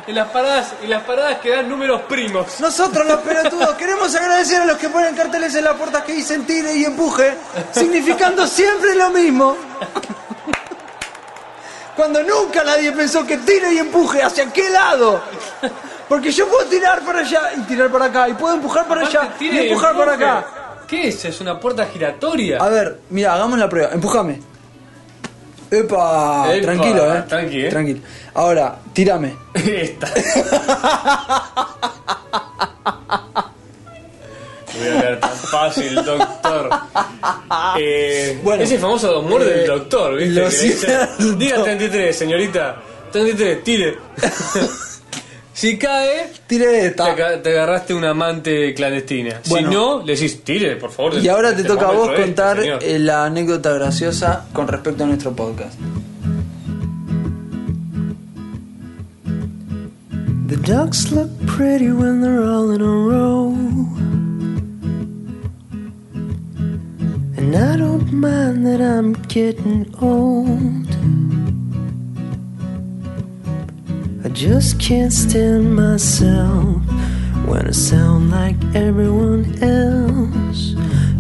B: En las paradas, en las paradas que dan números primos.
A: Nosotros los pelotudos queremos agradecer a los que ponen carteles en las puertas que dicen tire y empuje, significando siempre lo mismo. Cuando nunca nadie pensó que tire y empuje, ¿hacia qué lado? Porque yo puedo tirar para allá y tirar para acá, y puedo empujar para allá
B: Aparte,
A: y
B: tiene
A: empujar para
B: empuje.
A: acá.
B: ¿Qué es? ¿Es una puerta giratoria?
A: A ver, mira, hagamos la prueba, empujame. Epa,
B: Epa,
A: tranquilo, eh.
B: tranqui, eh.
A: Tranquilo. Ahora, tirame.
B: Esta. Voy a ver tan fácil, doctor. Eh,
A: Bueno.
B: ese famoso humor
A: Eh,
B: del doctor, ¿viste?
A: lo
B: Que le dice,
A: siento.
B: Diga 33, señorita. 33, tire. si cae,
A: Tire
B: te,
A: esta.
B: aga- te agarraste una amante clandestina.
A: Bueno.
B: si no, le decís, tire, por favor.
A: Y ahora te
B: del
A: toca a vos
B: termómetro este,
A: contar
B: señor".
A: eh, la anécdota graciosa con respecto a nuestro podcast.
C: The ducks look pretty when they're all in a row. And I don't mind that I'm getting old. I just can't stand myself when I sound like everyone else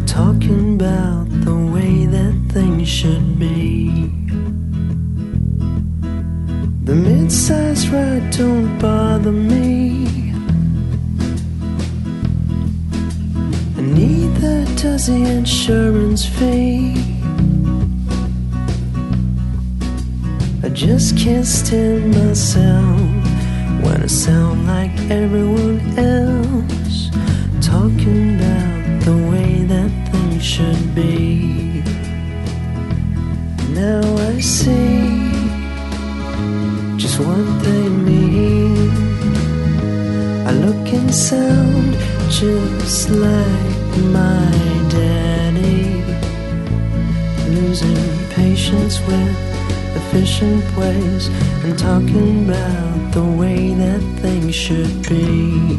C: talking about the way that things should be. The mid-sized ride don't bother me. And neither does the insurance fee. I just can't stand myself when I sound like everyone else talking about the way that things should be. Now I see just what they mean. I look and sound just like my daddy, losing patience with efficient ways and talking about the way that things should be.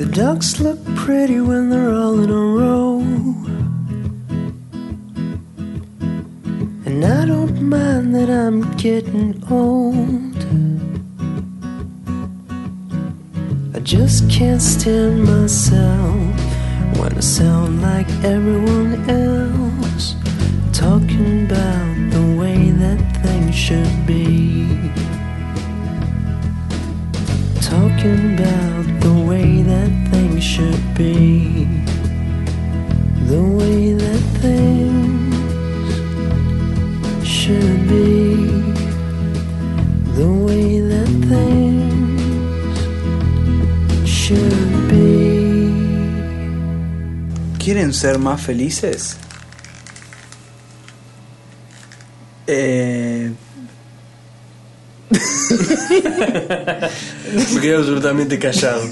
C: The ducks look pretty when they're all in a row. And I don't mind that I'm getting old. I just can't stand myself when I sound like everyone else talking about the way that things should be talking about the way that things should be. The way that things should be. The way that things should be.
A: ¿Quieren ser más felices? Eh,
B: Me quedé absolutamente callado.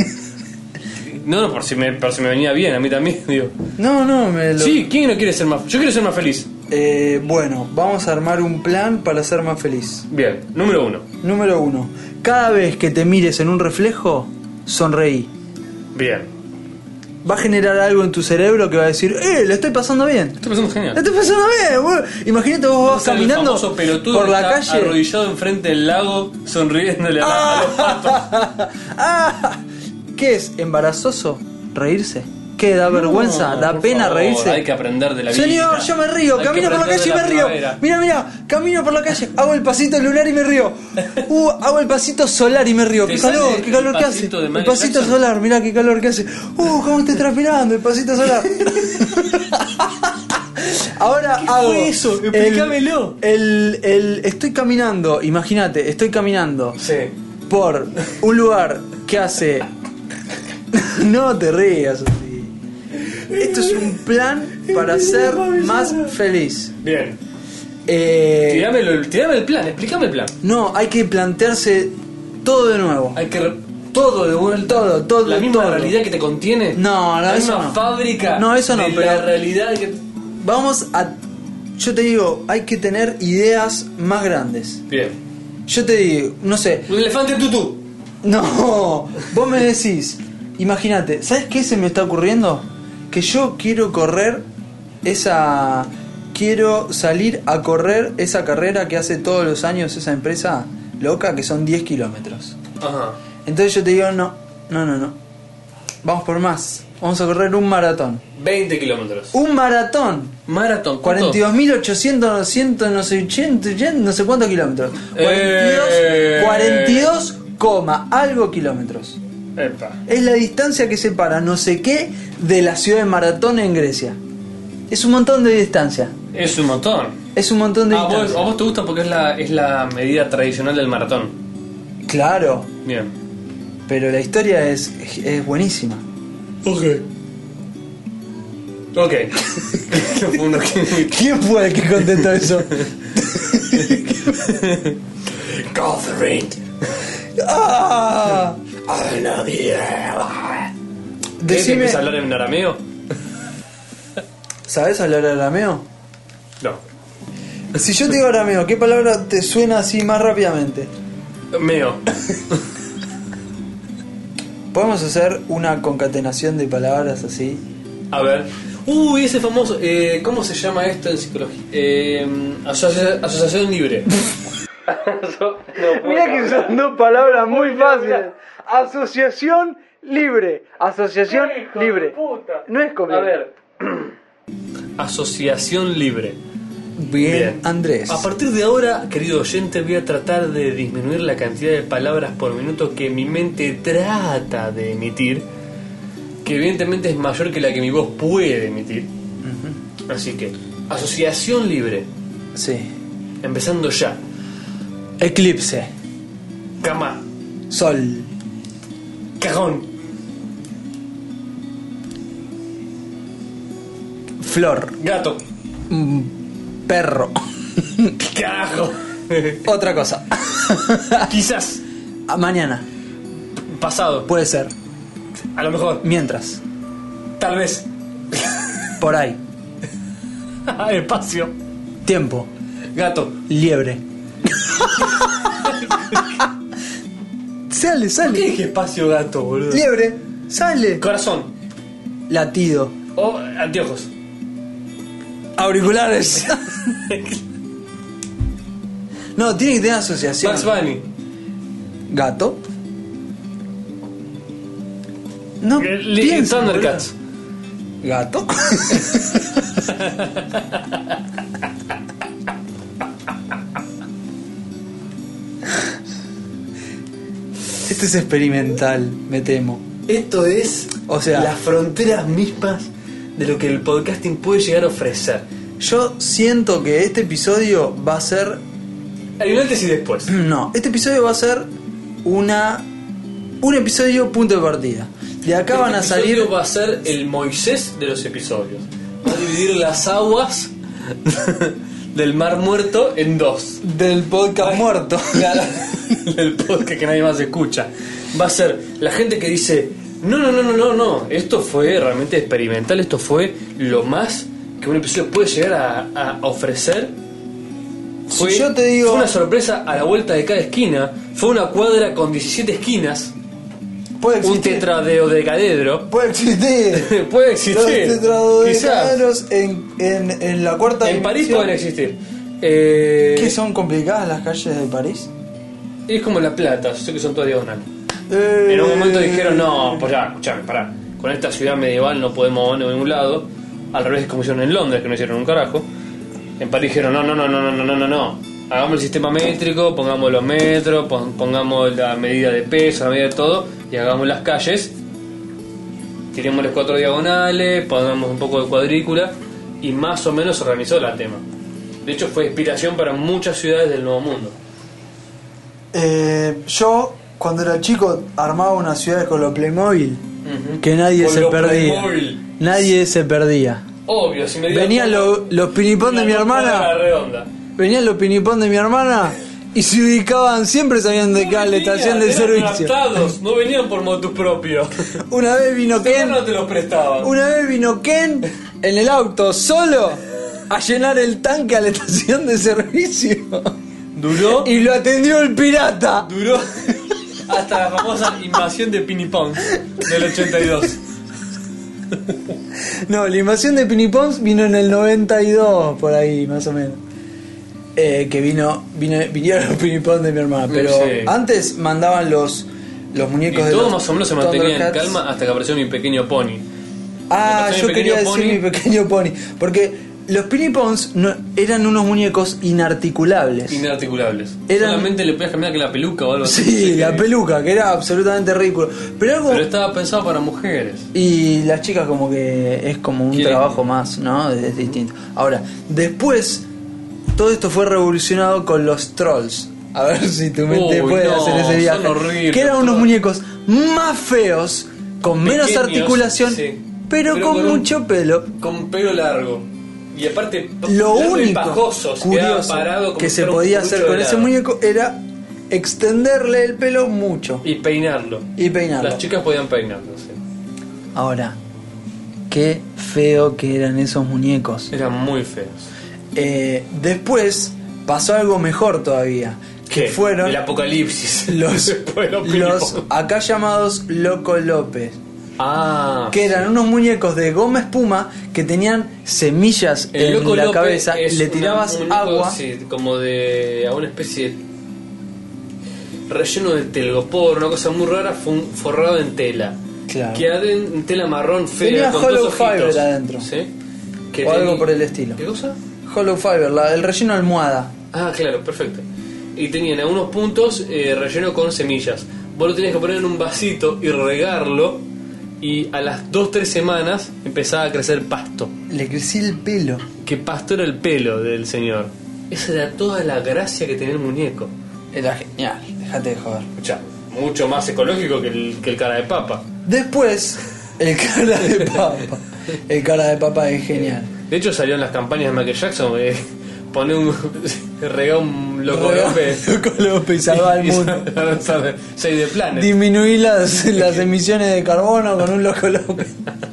B: No, no, por si, me, por si me venía bien, a mí también, digo.
A: no, no, me lo...
B: Sí, ¿quién no quiere ser más? Yo quiero ser más feliz.
A: Eh, bueno, vamos a armar un plan para ser más feliz.
B: Bien, número uno.
A: Número uno. Cada vez que te mires en un reflejo, sonreí.
B: Bien.
A: Va a generar algo en tu cerebro que va a decir, ¡eh, le estoy pasando bien!
B: Estoy pasando
A: ¡Le
B: genial.
A: estoy pasando bien! boludo". Imagínate vos vas
B: Ser el
A: caminando
B: famoso pelotudo
A: por
B: que
A: la
B: está
A: calle...
B: Arrodillado enfrente del lago, sonriéndole a, la- a los patos.
A: Ah, ¿Qué es embarazoso? Reírse. ¿Qué da vergüenza?
B: No,
A: ¿Da
B: por
A: pena
B: favor,
A: reírse?
B: Hay que aprender de la vida.
A: Señor, yo me río,
B: Hay que
A: camino por la
B: aprender
A: calle y
B: de
A: me río.
B: primavera.
A: Mira, mira, camino por la calle, hago el pasito lunar y me río. Uh, hago el pasito solar y me río.
B: ¿Te
A: Qué calor,
B: sale
A: qué calor
B: el
A: que hace.
B: pasito de
A: El
B: Michael
A: pasito
B: Jackson?
A: solar, mira qué calor que hace. Uh, cómo estoy transpirando, el pasito solar. Ahora
B: ¿Qué
A: hago.
B: fue eso?
A: el-
B: Explícamelo.
A: El, el- estoy caminando, imagínate, estoy caminando
B: Sí.
A: por un lugar que hace. no te rías, así. Esto es un plan para ser más feliz.
B: Bien.
A: Eh,
B: Tirame, lo- tirame el plan, explícame el plan.
A: no, hay que plantearse todo de nuevo.
B: Hay que. re-
A: Todo de vuelta. Todo, todo,
B: La misma
A: todo.
B: realidad que te contiene.
A: No, no,
B: La
A: eso
B: misma
A: no.
B: fábrica.
A: No, eso no,
B: de
A: pero-
B: La realidad que.
A: Vamos a. Yo te digo, hay que tener ideas más grandes.
B: Bien.
A: Yo te digo, no sé.
B: Un elefante en tutú.
A: No, vos me decís, imagínate, ¿sabes qué se me está ocurriendo? Que yo quiero correr esa. Quiero salir a correr esa carrera que hace todos los años esa empresa loca, que son 10 kilómetros.
B: Ajá.
A: Entonces yo te digo, no, no, no, no. Vamos por más. Vamos a correr un maratón.
B: 20 kilómetros.
A: ¡Un maratón!
B: Maratón. ¿cuánto?
A: 42.800, 100, no sé, 80, ya no sé cuántos kilómetros. 42,
B: Eh.
A: 42, coma algo kilómetros.
B: Epa.
A: Es la distancia que separa no sé qué de la ciudad de Maratón en Grecia. Es un montón de distancia.
B: Es un montón.
A: Es un montón de
B: Ah, vos-
A: distancia.
B: a vos te gusta porque es la, es la medida tradicional del maratón.
A: Claro,
B: Bien.
A: pero la historia es, es buenísima.
B: Ok. Ok. Fue uno que-
A: ¿Quién fue el que contestó eso?
B: Catherine.
A: ¡Ah!
B: I love you. ¿Querés que
A: Decime,
B: empiece a hablar en arameo?
A: ¿sabes hablar arameo?
B: No.
A: Si yo te digo arameo, ¿qué palabra te suena así más rápidamente?
B: Meo.
A: ¿Podemos hacer una concatenación de palabras así?
B: A ver. Uy, ese famoso. eh, ¿Cómo se llama esto en psicología? Eh, asocia- asociación libre.
D: Mirá que son dos palabras muy fáciles. Asociación libre. Asociación libre. No es comer.
B: Asociación libre.
A: Bien, Andrés.
B: A partir de ahora, querido oyente, voy a tratar de disminuir la cantidad de palabras por minuto que mi mente trata de emitir, que evidentemente es mayor que la que mi voz puede emitir. Así que, asociación libre,
A: Sí.
B: empezando ya.
A: Eclipse.
B: Cama,
A: Sol.
B: cajón,
A: Flor.
B: gato,
A: Mm, Perro.
B: carajo,
A: Otra cosa.
B: quizás,
A: A mañana.
B: pasado,
A: Puede ser.
B: a lo mejor,
A: Mientras.
B: tal vez,
A: Por ahí.
B: espacio,
A: Tiempo.
B: gato,
A: Liebre. sale,
B: ¿qué
A: sale.
B: dije espacio gato, boludo?
A: Liebre. Sale.
B: Corazón,
A: Latido.
B: o anteojos.
A: Auriculares. no, tiene que tener asociación.
B: Max Bunny.
A: Gato. No,
B: Li-
A: piensa,
B: Thundercats.
A: boludo. Gato. Este es experimental, me temo.
B: Esto es
A: O sea-
B: las fronteras mismas de lo que el podcasting puede llegar a ofrecer.
A: Yo siento que este episodio va a ser.
B: Hay un antes y después.
A: No, este episodio va a ser una. Un episodio punto de partida. De acá van a
B: Este episodio
A: salir.
B: va a ser el Moisés de los episodios. Va a dividir las aguas del Mar Muerto en dos.
A: Del podcast muerto.
B: el podcast que nadie más escucha. Va a ser la gente que dice, no, no, no, no, no, no, esto fue realmente experimental, esto fue lo más que un episodio puede llegar a, a ofrecer. Fue,
A: Si yo te digo-
B: fue una sorpresa a la vuelta de cada esquina, fue una cuadra con 17 esquinas,
A: Puede
B: un
A: existir.
B: tetradeodecadro.
A: Puede existir.
B: puede
A: Los
B: existir. Quizás.
A: tetradodecaedros en, en, en la cuarta
B: En París
A: dimensión.
B: pueden existir. Eh,
A: ¿Qué son complicadas las calles de París?
B: Es como la plata, yo sé que son todas diagonales.
A: Eh,
B: En un momento dijeron, no, pues ya, escuchame, pará. Con esta ciudad medieval no podemos movernos a ningún lado. Al revés es como hicieron en Londres, que no hicieron un carajo. En París dijeron, no, no, no, no, no, no, no, no, no. Hagamos el sistema métrico, pongamos los metros, pon- pongamos la medida de peso, la medida de todo, y hagamos las calles. Tiremos las cuatro diagonales, pongamos un poco de cuadrícula. y más o menos organizó la tema. De hecho, fue inspiración para muchas ciudades del Nuevo Mundo.
A: Eh, yo, cuando era chico, armaba unas ciudades con los Playmobil que nadie
B: Con
A: se
B: los
A: perdía.
B: Playmobil.
A: Nadie se perdía.
B: Obvio, si me digas-
A: Venían los, los pinipón de mi
B: Una
A: hermana.
B: cuadra redonda.
A: Venían los pinipón de mi hermana y se ubicaban, siempre sabían de
B: No
A: cada la
B: venían,
A: estación de
B: eran
A: servicio.
B: adaptados, no venían por motus propio.
A: Una vez vino
B: Seguro
A: Ken,
B: no te los prestaban.
A: una vez vino Ken en el auto solo a llenar el tanque a la estación de servicio.
B: Duró,
A: Y lo atendió el pirata.
B: duró hasta la famosa invasión de Pinipón del 82.
A: No, la invasión de Pinipons vino en el 92, por ahí, más o menos. Eh, que vino, vino vinieron los Pinipons de mi hermana. Pero
B: Sí.
A: antes mandaban los, los
B: Y
A: muñecos de
B: todo
A: los
B: más o menos se mantenía en
A: Thundercats.
B: calma hasta que apareció mi pequeño pony.
A: Ah,
B: Cuando nació
A: yo
B: mi
A: quería
B: pequeño
A: decir mi
B: pony.
A: pequeño pony. Porque los Pinipons no, eran unos muñecos inarticulables.
B: Inarticulables.
A: Eran-
B: Solamente le podías cambiar que la peluca o algo así.
A: sí,
B: Que-
A: la peluca, que era absolutamente ridículo. Pero algo...
B: Pero estaba pensado para mujeres.
A: Y las chicas como que es como un
B: Sí.
A: trabajo más, ¿no? Es, es distinto. Ahora, después todo esto fue revolucionado con los trolls. A ver si tu mente
B: Uy,
A: puede
B: no,
A: hacer ese viaje.
B: son horribles
A: que eran
B: los
A: unos
B: trolls.
A: muñecos más feos, con menos
B: Pequeños,
A: articulación,
B: sí.
A: pero,
B: Pero
A: con,
B: con un-
A: mucho pelo.
B: Con pelo largo. Y aparte,
A: Lo
B: largo y
A: único
B: pajoso, se quedaba
A: curioso
B: parado como
A: que
B: si
A: se
B: fuera un
A: podía
B: cucurucho
A: hacer con
B: de
A: ese
B: helado.
A: muñeco era extenderle el pelo mucho
B: Y peinarlo.
A: y peinarlo.
B: Las chicas podían peinarlo, sí.
A: Ahora, qué feo que eran esos muñecos.
B: Eran muy feos.
A: Eh, después pasó algo mejor todavía. Que
B: ¿Qué?
A: fueron
B: El apocalipsis.
A: los,
B: Después de los
A: los
B: Pinipón.
A: acá llamados Loco López.
B: Ah.
A: Que eran unos muñecos de goma espuma que tenían semillas
B: El
A: en
B: Loco
A: la
B: López
A: cabeza.
B: es
A: Le
B: una-
A: tirabas
B: un muñeco,
A: agua.
B: sí, como de. a una especie de. relleno de telgopor, una cosa muy rara, fue un- forrado en tela.
A: Claro.
B: Que aden- en tela marrón fea.
A: Tenía
B: con
A: hollow
B: dos ojitos.
A: fiber adentro.
B: ¿Sí?
A: O algo por el estilo.
B: ¿Qué cosa?
A: Hollow fiber, la- el relleno de almohada.
B: Ah, claro, perfecto. Y tenían algunos puntos eh, relleno con semillas. Vos lo tenías que poner en un vasito y regarlo. Y a las 2-3 semanas empezaba a crecer pasto.
A: Le crecía el pelo.
B: Que pasto era el pelo del señor. Esa era toda la gracia que tenía el muñeco.
A: Era genial, déjate de joder.
B: Escuchá, mucho más ecológico que el, que el cara de papa.
A: Después, el cara de papa. El cara de papa es genial.
B: De hecho, salió en las campañas de Michael Jackson. eh, poner un. regar un loco López.
A: Loco López, salva al
B: Y- y
A: mundo.
B: sal- Save the planet.
A: Disminuí las, las emisiones de carbono con un Loco López.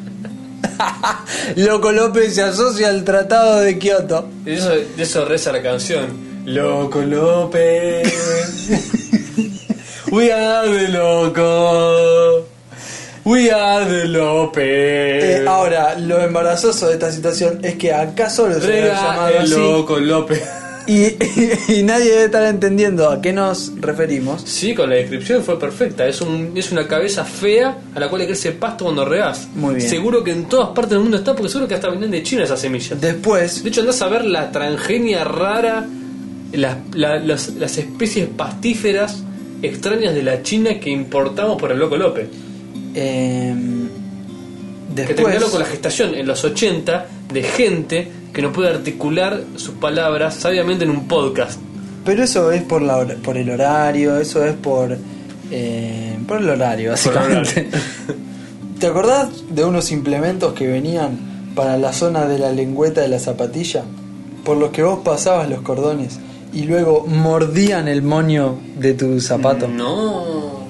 A: Loco López se asocia al Tratado de Kioto.
B: De eso, de eso reza la canción. Loco López. We are the loco. We are the López.
A: Eh, ahora, lo embarazoso de esta situación es que acá solo se le ha
B: Rega
A: llamado
B: el
A: así
B: loco López.
A: y, y nadie debe estar entendiendo a qué nos referimos.
B: Sí, con la descripción fue perfecta. Es, un, es una cabeza fea a la cual le crece pasto cuando regás.
A: Muy bien.
B: Seguro que en todas partes del mundo está, porque seguro que hasta venían de China esas semillas.
A: Después,
B: De hecho, andás a ver la transgenia rara, las, la- las, las especies pastíferas extrañas de la China que importamos por el Loco López.
A: eh,
B: Que
A: después,
B: terminaron con la gestación en los 80 de gente que no puede articular sus palabras sabiamente en un podcast.
A: pero eso es por, la, hor- por el horario, eso es por, eh, por el horario, básicamente. ¿Te acordás de unos implementos que venían para la zona de la lengüeta de la zapatilla? Por los que vos pasabas los cordones y luego mordían el moño de tu zapato.
B: No.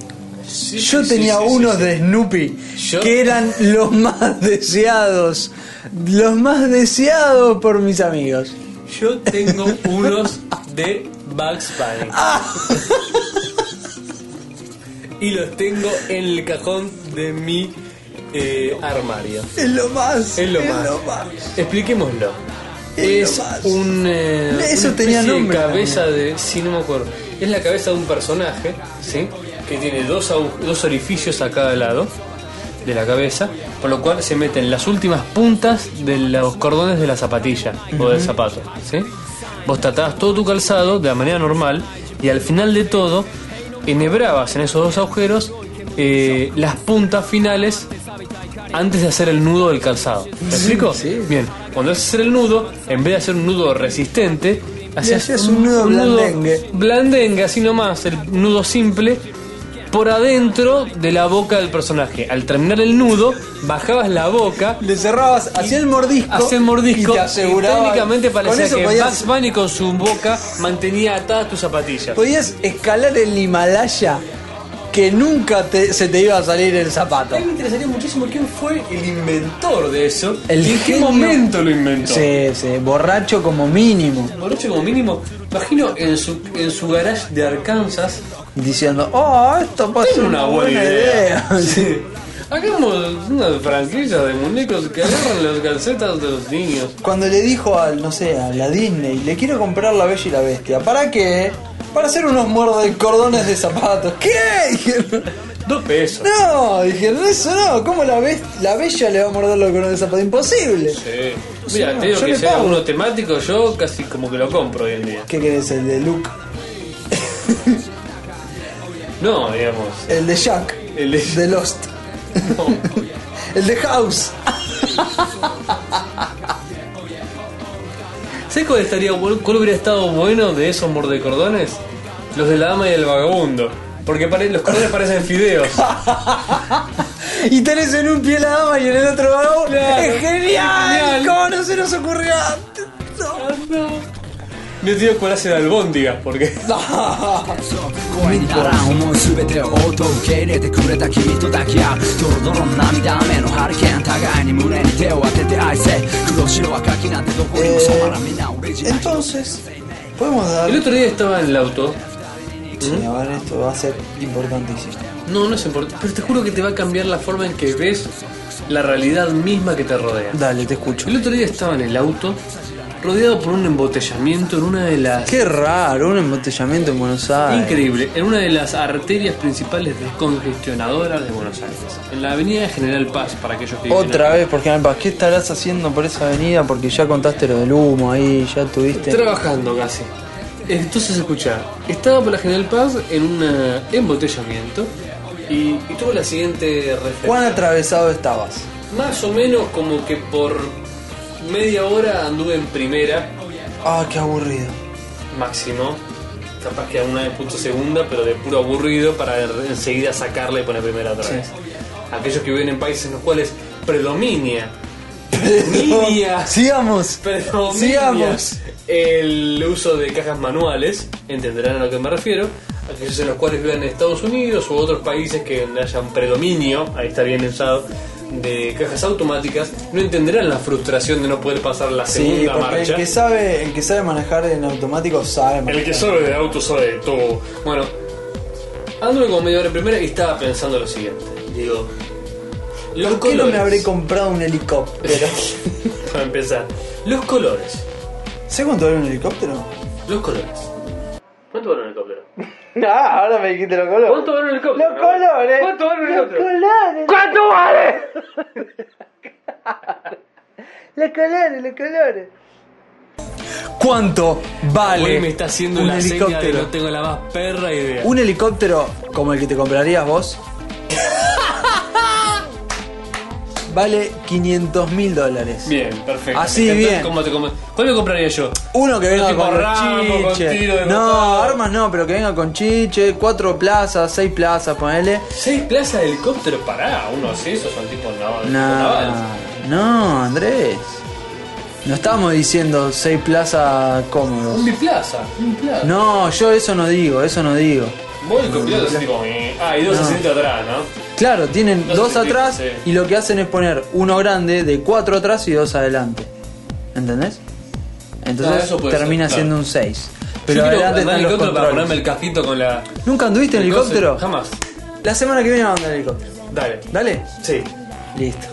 B: Sí,
A: Yo
B: sí,
A: tenía
B: sí, sí,
A: unos
B: sí.
A: de Snoopy
B: Yo-
A: que eran los más deseados. Los más deseados por mis amigos.
B: Yo tengo unos de Bugs Bunny.
A: Ah.
B: y los tengo en el cajón de mi eh, armario.
A: Es lo más.
B: Es lo más. Expliquémoslo.
A: Es
B: Es,
A: lo más.
B: un. eh,
A: Eso
B: una
A: tenía
B: especie de
A: nombre
B: cabeza de. Sí, no me acuerdo. Es la cabeza de un personaje, ¿sí? Que tiene dos, agu- dos orificios a cada lado de la cabeza, por lo cual se meten las últimas puntas de los cordones de la zapatilla o del zapato, ¿sí? Vos tratabas todo tu calzado de la manera normal y al final de todo enhebrabas en esos dos agujeros eh, las puntas finales antes de hacer el nudo del calzado. ¿Me explico?
A: sí.
B: Bien, cuando haces el nudo, en vez de hacer un nudo resistente,
A: hacías un nudo blandengue.
B: blandengue, así nomás, el nudo simple, por adentro de la boca del personaje. Al terminar el nudo, bajabas la boca.
A: Le cerrabas, hacía el mordisco.
B: Hacía el mordisco
A: Y te
B: y
A: aseguraba.
B: técnicamente
A: con
B: parecía
A: eso
B: que
A: podías,
B: Bugs Bunny con su boca mantenía atadas tus zapatillas.
A: podías escalar el Himalaya que nunca te- se te iba a salir el zapato.
B: A mí me interesaría muchísimo quién fue el inventor de eso.
A: El
B: ¿Y en qué
A: genio-
B: momento lo inventó?
A: Sí, sí, borracho como mínimo.
B: Morocho como mínimo, imagino en su, en su garage de Arkansas.
A: Diciendo, oh, esto puede ser
B: Tengo una buena idea.
A: Sí.
B: Hagamos una franquicia de muñecos que agarran las calcetas de los niños.
A: Cuando le dijo al, no sé, a la Disney, le quiero comprar la Bella y la Bestia. ¿Para qué? Para hacer unos muerdos cordones de zapatos. ¿Qué? Dijeron.
B: Dos pesos.
A: No, dijeron, eso no. ¿Cómo la, bes- la Bella le va a morder los cordones de zapatos? Imposible.
B: Sí.
A: Sí,
B: Mira,
A: no,
B: te digo
A: yo
B: que
A: le
B: sea
A: pago.
B: uno temático, yo casi como que lo compro hoy en día.
A: ¿Qué querés? ¿El de Luke?
B: No, digamos.
A: ¿El de Jack?
B: El de-
A: Lost?
B: no.
A: ¿El de House?
B: ¿Sabes cuál estaría bueno- cuál hubiera estado bueno de esos mordecordones? Los de la dama y el vagabundo. Porque pare- los cordones parecen fideos.
A: Ah, Y tenés en un pie la dama y en el otro vagón.
B: Claro.
A: ¡Es
B: Genial.
A: genial! ¿Cómo no se nos ocurrió? antes?
B: No te digo cuál hace de albóndigas, porque.
E: 声にならん思う全てを音受け入れてくれた君と抱き合うドロドロの涙雨のハリケーン互いに胸に手を当てて愛せ黒白赤きなんてどこにも染まらん皆オリジナル
A: Entonces, podemos dar.
B: El otro día estaba en el auto.
A: Sí, a ver, esto va a ser importantísimo.
B: No, no es importante. Pero te juro que te va a cambiar la forma en que ves la realidad misma que te rodea.
A: Dale, te escucho.
B: El otro día estaba en el auto, rodeado por un embotellamiento en una de las.
A: Qué raro, un embotellamiento en Buenos Aires.
B: Increíble, en una de las arterias principales descongestionadoras de Buenos Aires, en la avenida General Paz, para aquellos que viven
A: Otra
B: acá.
A: vez, porque Alpa, ¿qué estarás haciendo por esa avenida? Porque ya contaste lo del humo ahí, ya tuviste.
B: Trabajando casi. Entonces escucha, estaba por la General Paz en un embotellamiento y, y tuvo la siguiente reflexión.
A: ¿Cuán atravesado estabas?
B: Más o menos como que por media hora anduve en primera,
A: Ah, qué aburrido.
B: máximo. Capaz que alguna de punto segunda, pero de puro aburrido para enseguida sacarla y poner primera otra vez. Aquellos que viven en países en los cuales predomina. Predomina.
A: Sigamos.
B: predomina
A: Sigamos.
B: el uso de cajas manuales, entenderán a lo que me refiero, aquellos en los cuales vivan en Estados Unidos u otros países que donde haya un predominio, ahí está bien usado, de cajas automáticas, no entenderán la frustración de no poder pasar la
A: Sí,
B: segunda
A: porque
B: marcha.
A: el que sabe, el que sabe manejar en automático sabe manejar.
B: El que sabe de auto sabe de todo. Bueno, anduve como media hora en primera y estaba pensando lo siguiente. Digo, los
A: ¿Por qué no me
B: colores,
A: habré comprado un helicóptero?
B: para empezar, los colores,
A: ¿Sé cuánto vale un helicóptero?
B: los colores. ¿Cuánto vale un helicóptero?
D: Ah, ahora me dijiste los colores.
B: ¿Cuánto vale un helicóptero?
D: Los colores.
B: ¿Cuánto vale un
D: Los colores.
B: helicóptero? ¿Cuánto vale?
D: Los colores, los colores.
A: ¿Cuánto vale
B: me está haciendo
A: un
B: una seña de
A: helicóptero?
B: no tengo la más perra idea.
A: ¿Un helicóptero como el que te comprarías vos? vale 500 mil dólares.
B: Bien, perfecto.
A: Así,
B: Entonces,
A: bien.
B: ¿cómo te com- ¿Cuál me compraría yo?
A: Uno que venga
B: Tipo
A: con los
B: ramo, con
A: chiches.
B: tiro de
A: no,
B: botado.
A: armas no, pero que venga con chiche, cuatro plazas, seis plazas, ponele.
B: ¿Seis plazas de helicóptero? Pará, uno así, esos son tipo nav-
A: No,
B: navales.
A: no, Andrés. No estamos diciendo seis plazas cómodos.
B: Un biplaza, un plaza.
A: No, yo eso no digo, eso no digo.
B: Vos el copiloto así tipo. eh, Ah, y dos
A: No.
B: asientos atrás, ¿no?
A: Claro, tienen
B: Dos
A: dos
B: sentidos,
A: atrás
B: sí.
A: y lo que hacen es poner uno grande de cuatro atrás y dos adelante. ¿Entendés?
B: Ah,
A: Entonces
B: eso puede
A: termina
B: ser,
A: siendo un
B: claro.
A: 6.
B: yo
A: Pero
B: quiero
A: adelante
B: andar
A: están
B: en
A: los
B: helicóptero para
A: controles.
B: ponerme el casquito con la.
A: ¿Nunca anduviste en helicóptero?
B: Jamás.
A: La semana que viene vamos a andar en helicóptero.
B: Dale.
A: Dale.
B: Sí.
A: Listo.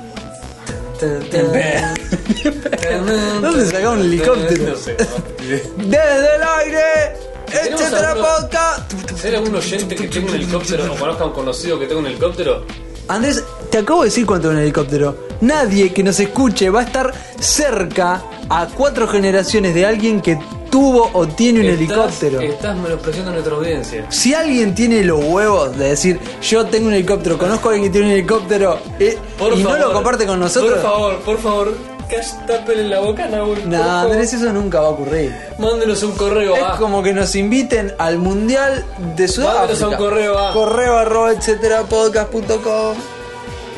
A: ¿Dónde saca un helicóptero?
B: No sé.
A: Desde el aire,
B: Tenemos
A: este
B: a otro-
A: podcast.
B: ¿Será algún oyente que tenga un helicóptero o conozca a un conocido que tenga un helicóptero?
A: Andrés, te acabo de decir cuánto es un helicóptero. Nadie que nos escuche va a estar cerca a cuatro generaciones de alguien que tuvo o tiene un
B: Estás-
A: helicóptero.
B: Estás menospreciando a nuestra audiencia.
A: Si alguien tiene los huevos de decir, yo tengo un helicóptero, conozco a alguien que tiene un helicóptero eh,
B: Por
A: y no
B: favor.
A: lo comparte con nosotros,
B: Por favor, por favor, podcast, tapen la bocana, güey. por
A: Nah,
B: favor.
A: Andrés, eso nunca va a ocurrir.
B: Mándenos un correo
A: Es
B: a.
A: como que nos inviten al Mundial de
B: Mándenos
A: Sudáfrica.
B: un correo a.
A: Correo arroba etcétera podcast.com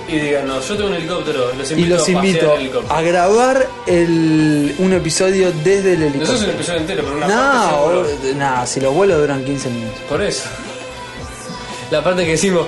B: Y díganos, yo tengo un helicóptero, los
A: Y
B: invito
A: los
B: a pasear
A: invito
B: en helicóptero.
A: a grabar el, un episodio desde el
B: No, Eso es un
A: helicóptero.
B: episodio entero, pero una parte
A: No,
B: seguro.
A: boludo, nah, si los vuelos duran 15 minutos.
B: Por eso. La parte que decimos.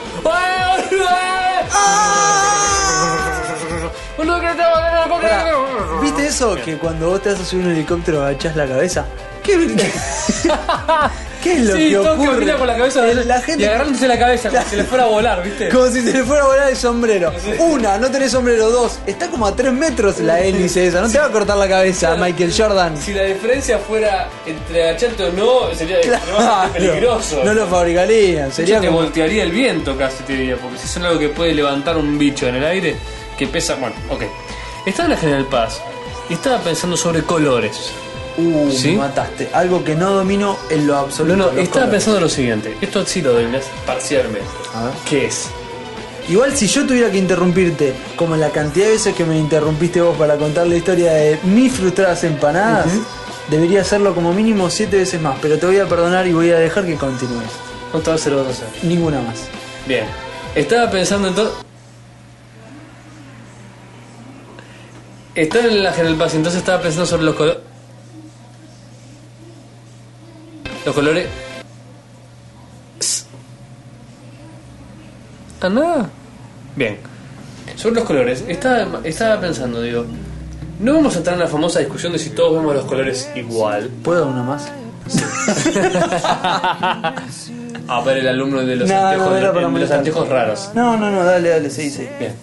A: ¿Viste eso? Que cuando vos te vas a subir un helicóptero agachás la cabeza. ¿Qué, qué es lo
B: Sí,
A: que
B: todo que
A: ocurre?
B: mira con la cabeza
A: El- la gente
B: y agarrándose la cabeza como si le fuera a volar, ¿viste?
A: Como si se le fuera a volar el sombrero. Una, no tenés sombrero. Dos, está como a 3 metros la hélice esa. No te va a cortar la cabeza, Michael Jordan.
B: Si la diferencia fuera entre agacharte o no, sería
A: Claro,
B: peligroso.
A: No lo fabricarían.
B: De hecho,
A: Sería
B: te
A: como...
B: voltearía el viento casi, te diría, porque si son algo que puede levantar un bicho en el aire, que pesa. Bueno, ok. Estaba en la General Paz y estaba pensando sobre colores.
A: Uh,
B: ¿Sí?
A: me mataste. Algo que no domino en lo absoluto.
B: No, no,
A: los
B: estaba
A: colores.
B: pensando lo siguiente. Esto sí lo dominas parcialmente.
A: A ver.
B: ¿Qué es?
A: Igual si yo tuviera que interrumpirte, como la cantidad de veces que me interrumpiste vos para contar la historia de mis frustradas empanadas, debería hacerlo como mínimo siete veces más. Pero te voy a perdonar y voy a dejar que continúes.
B: ¿Cuántas veces lo vas a hacer?
A: Ninguna más.
B: Bien. Estaba pensando entonces. Estaba en la General Paz, entonces estaba pensando sobre los colores. Los colores. Ah, nada. Bien. Sobre los colores, estaba, estaba pensando, digo. No vamos a entrar en la famosa discusión de si todos vemos los colores igual.
A: ¿Puedo una más?
B: Ah, pero el alumno de los
A: No, no,
B: anteojos,
A: era
B: el
A: para
B: de los
A: molestar.
B: anteojos raros.
A: No, no, no, dale, dale, sí, sí.
B: Bien.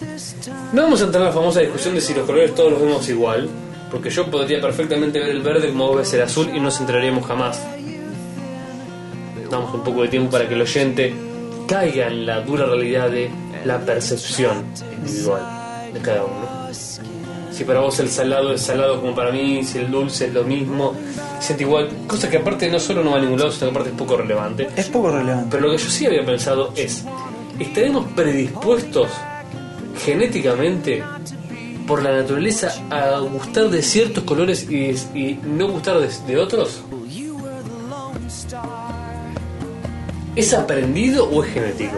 B: No vamos a entrar en la famosa discusión de si los colores todos los vemos igual, porque yo podría perfectamente ver el verde como vos ves el azul y no nos enteraríamos jamás. Damos un poco de tiempo para que el oyente caiga en la dura realidad de la percepción individual de cada uno. Si para vos el salado es salado como para mí, si el dulce es lo mismo, siente igual, cosa que aparte no solo no va a ningún lado, sino que aparte es poco relevante.
A: Es poco relevante.
B: Pero lo que yo sí había pensado es, ¿estaremos predispuestos genéticamente por la naturaleza a gustar de ciertos colores y, y no gustar de, de otros? ¿Es aprendido o es genético?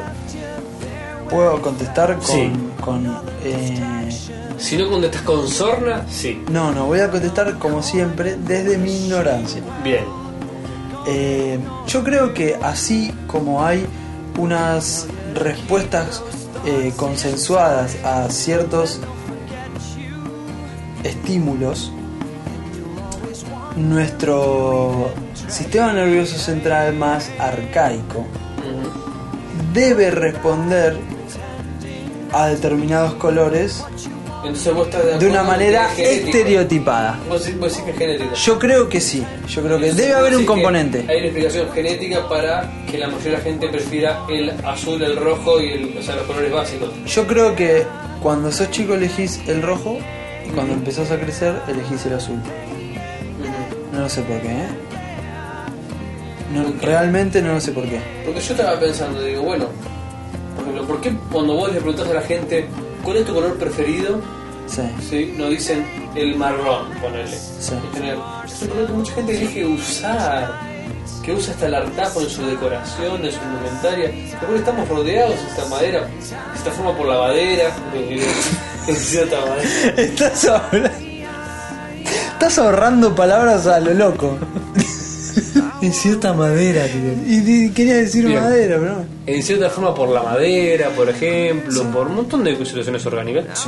A: ¿Puedo contestar con...
B: Sí.
A: con, eh,
B: Si no contestas con sorna, sí.
A: No, no, voy a contestar como siempre desde mi ignorancia.
B: Bien.
A: Eh, yo creo que así como hay unas respuestas eh, consensuadas a ciertos estímulos, nuestro sistema nervioso central más arcaico debe responder a determinados colores
B: Entonces vos estás
A: de una manera estereotipada.
B: Vos, decís que es genético.
A: Yo creo que sí, yo creo que debe haber un componente.
B: Hay una explicación genética para que la mayoría de la gente prefiera el azul, el rojo y el, o sea, los colores básicos.
A: Yo creo que cuando sos chico elegís el rojo y cuando empezás a crecer elegís el azul. No lo sé por qué, ¿eh? No,
B: Ok.
A: Realmente no lo sé por qué.
B: Porque yo estaba pensando, digo, bueno, por ejemplo, ¿por qué cuando vos le preguntás a la gente cuál es tu color preferido?
A: Sí.
B: ¿sí? No dicen el marrón, ponele.
A: Sí.
B: En general. Es un color que mucha gente elige usar, que usa hasta el hartazgo en su decoración, en su indumentaria. Porque estamos rodeados de esta madera, de esta forma por lavadera, en cierta manera.
A: Estás ahorrando, Estás ahorrando palabras a lo loco.
D: En cierta madera, tío.
A: Y di- quería decir
B: Bien.
A: madera, pero no.
B: en cierta forma por la madera, por ejemplo, por un montón de situaciones orgánicas.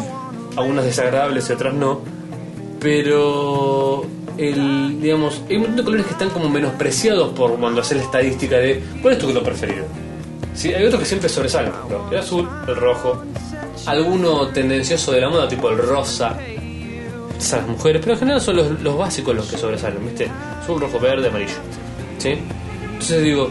B: Algunas desagradables y otras no. Pero el, digamos, hay un montón de colores que están como menospreciados por cuando haces la estadística de cuál es tu color preferido. Sí, hay otros que siempre sobresalen, por ejemplo, el azul, el rojo, alguno tendencioso de la moda, tipo el rosa, a las mujeres, pero en general son los, los básicos los que sobresalen, ¿viste? Son rojo, verde, amarillo. ¿Sí? Entonces digo,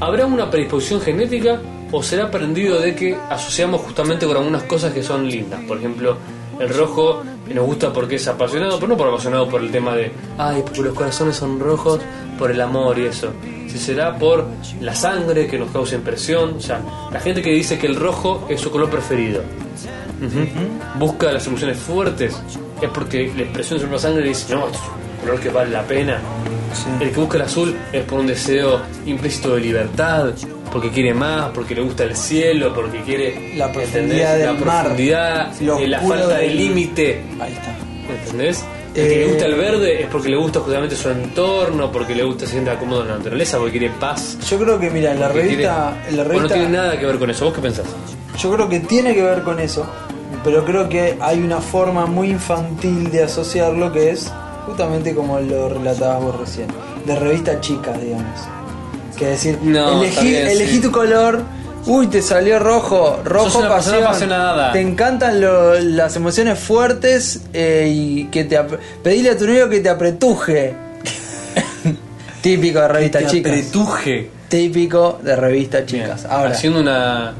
B: ¿habrá una predisposición genética o será aprendido de que asociamos justamente con algunas cosas que son lindas? Por ejemplo, el rojo nos gusta porque es apasionado, pero no por apasionado por el tema de, ay, porque los corazones son rojos por el amor y eso. Si será por la sangre que nos causa impresión, o sea, la gente que dice que el rojo es su color preferido. Ujú. Busca las emociones fuertes es porque la expresión sobre la sangre le dice, no, esto es un color que vale la pena. El que busca el azul es por un deseo implícito de libertad, porque quiere más, porque le gusta el cielo, porque quiere
A: La profundidad
B: ¿entendés?
A: del
B: la
A: mar.
B: profundidad,
A: Lo
B: eh, la
A: oscuro
B: falta de
A: del-
B: límite.
A: Ahí está.
B: ¿Entendés? El que
A: Eh,
B: le gusta el verde es porque le gusta justamente su entorno, porque le gusta se sienta cómodo en la naturaleza, porque quiere paz.
A: Yo creo que, mira, en la
B: porque
A: revista.
B: quiere-
A: En la
B: Bueno, no
A: revista
B: tiene nada que ver con eso. ¿Vos qué pensás?
A: Yo creo que tiene que ver con eso, pero creo que hay una forma muy infantil de asociarlo que es justamente como lo relatabas vos recién, de revista chicas, digamos. Que decir,
B: No, está
A: elegí,
B: bien,
A: elegí
B: sí.
A: tu color, uy, te salió rojo, rojo
B: Sos una persona
A: pasión,
B: apasionada.
A: Te encantan lo- las emociones fuertes eh, y que te ap- pedile a tu novio que te apretuje. Típico de revista chicas.
B: Apretuje.
A: Típico de revista chicas. Ahora,
B: Haciendo una,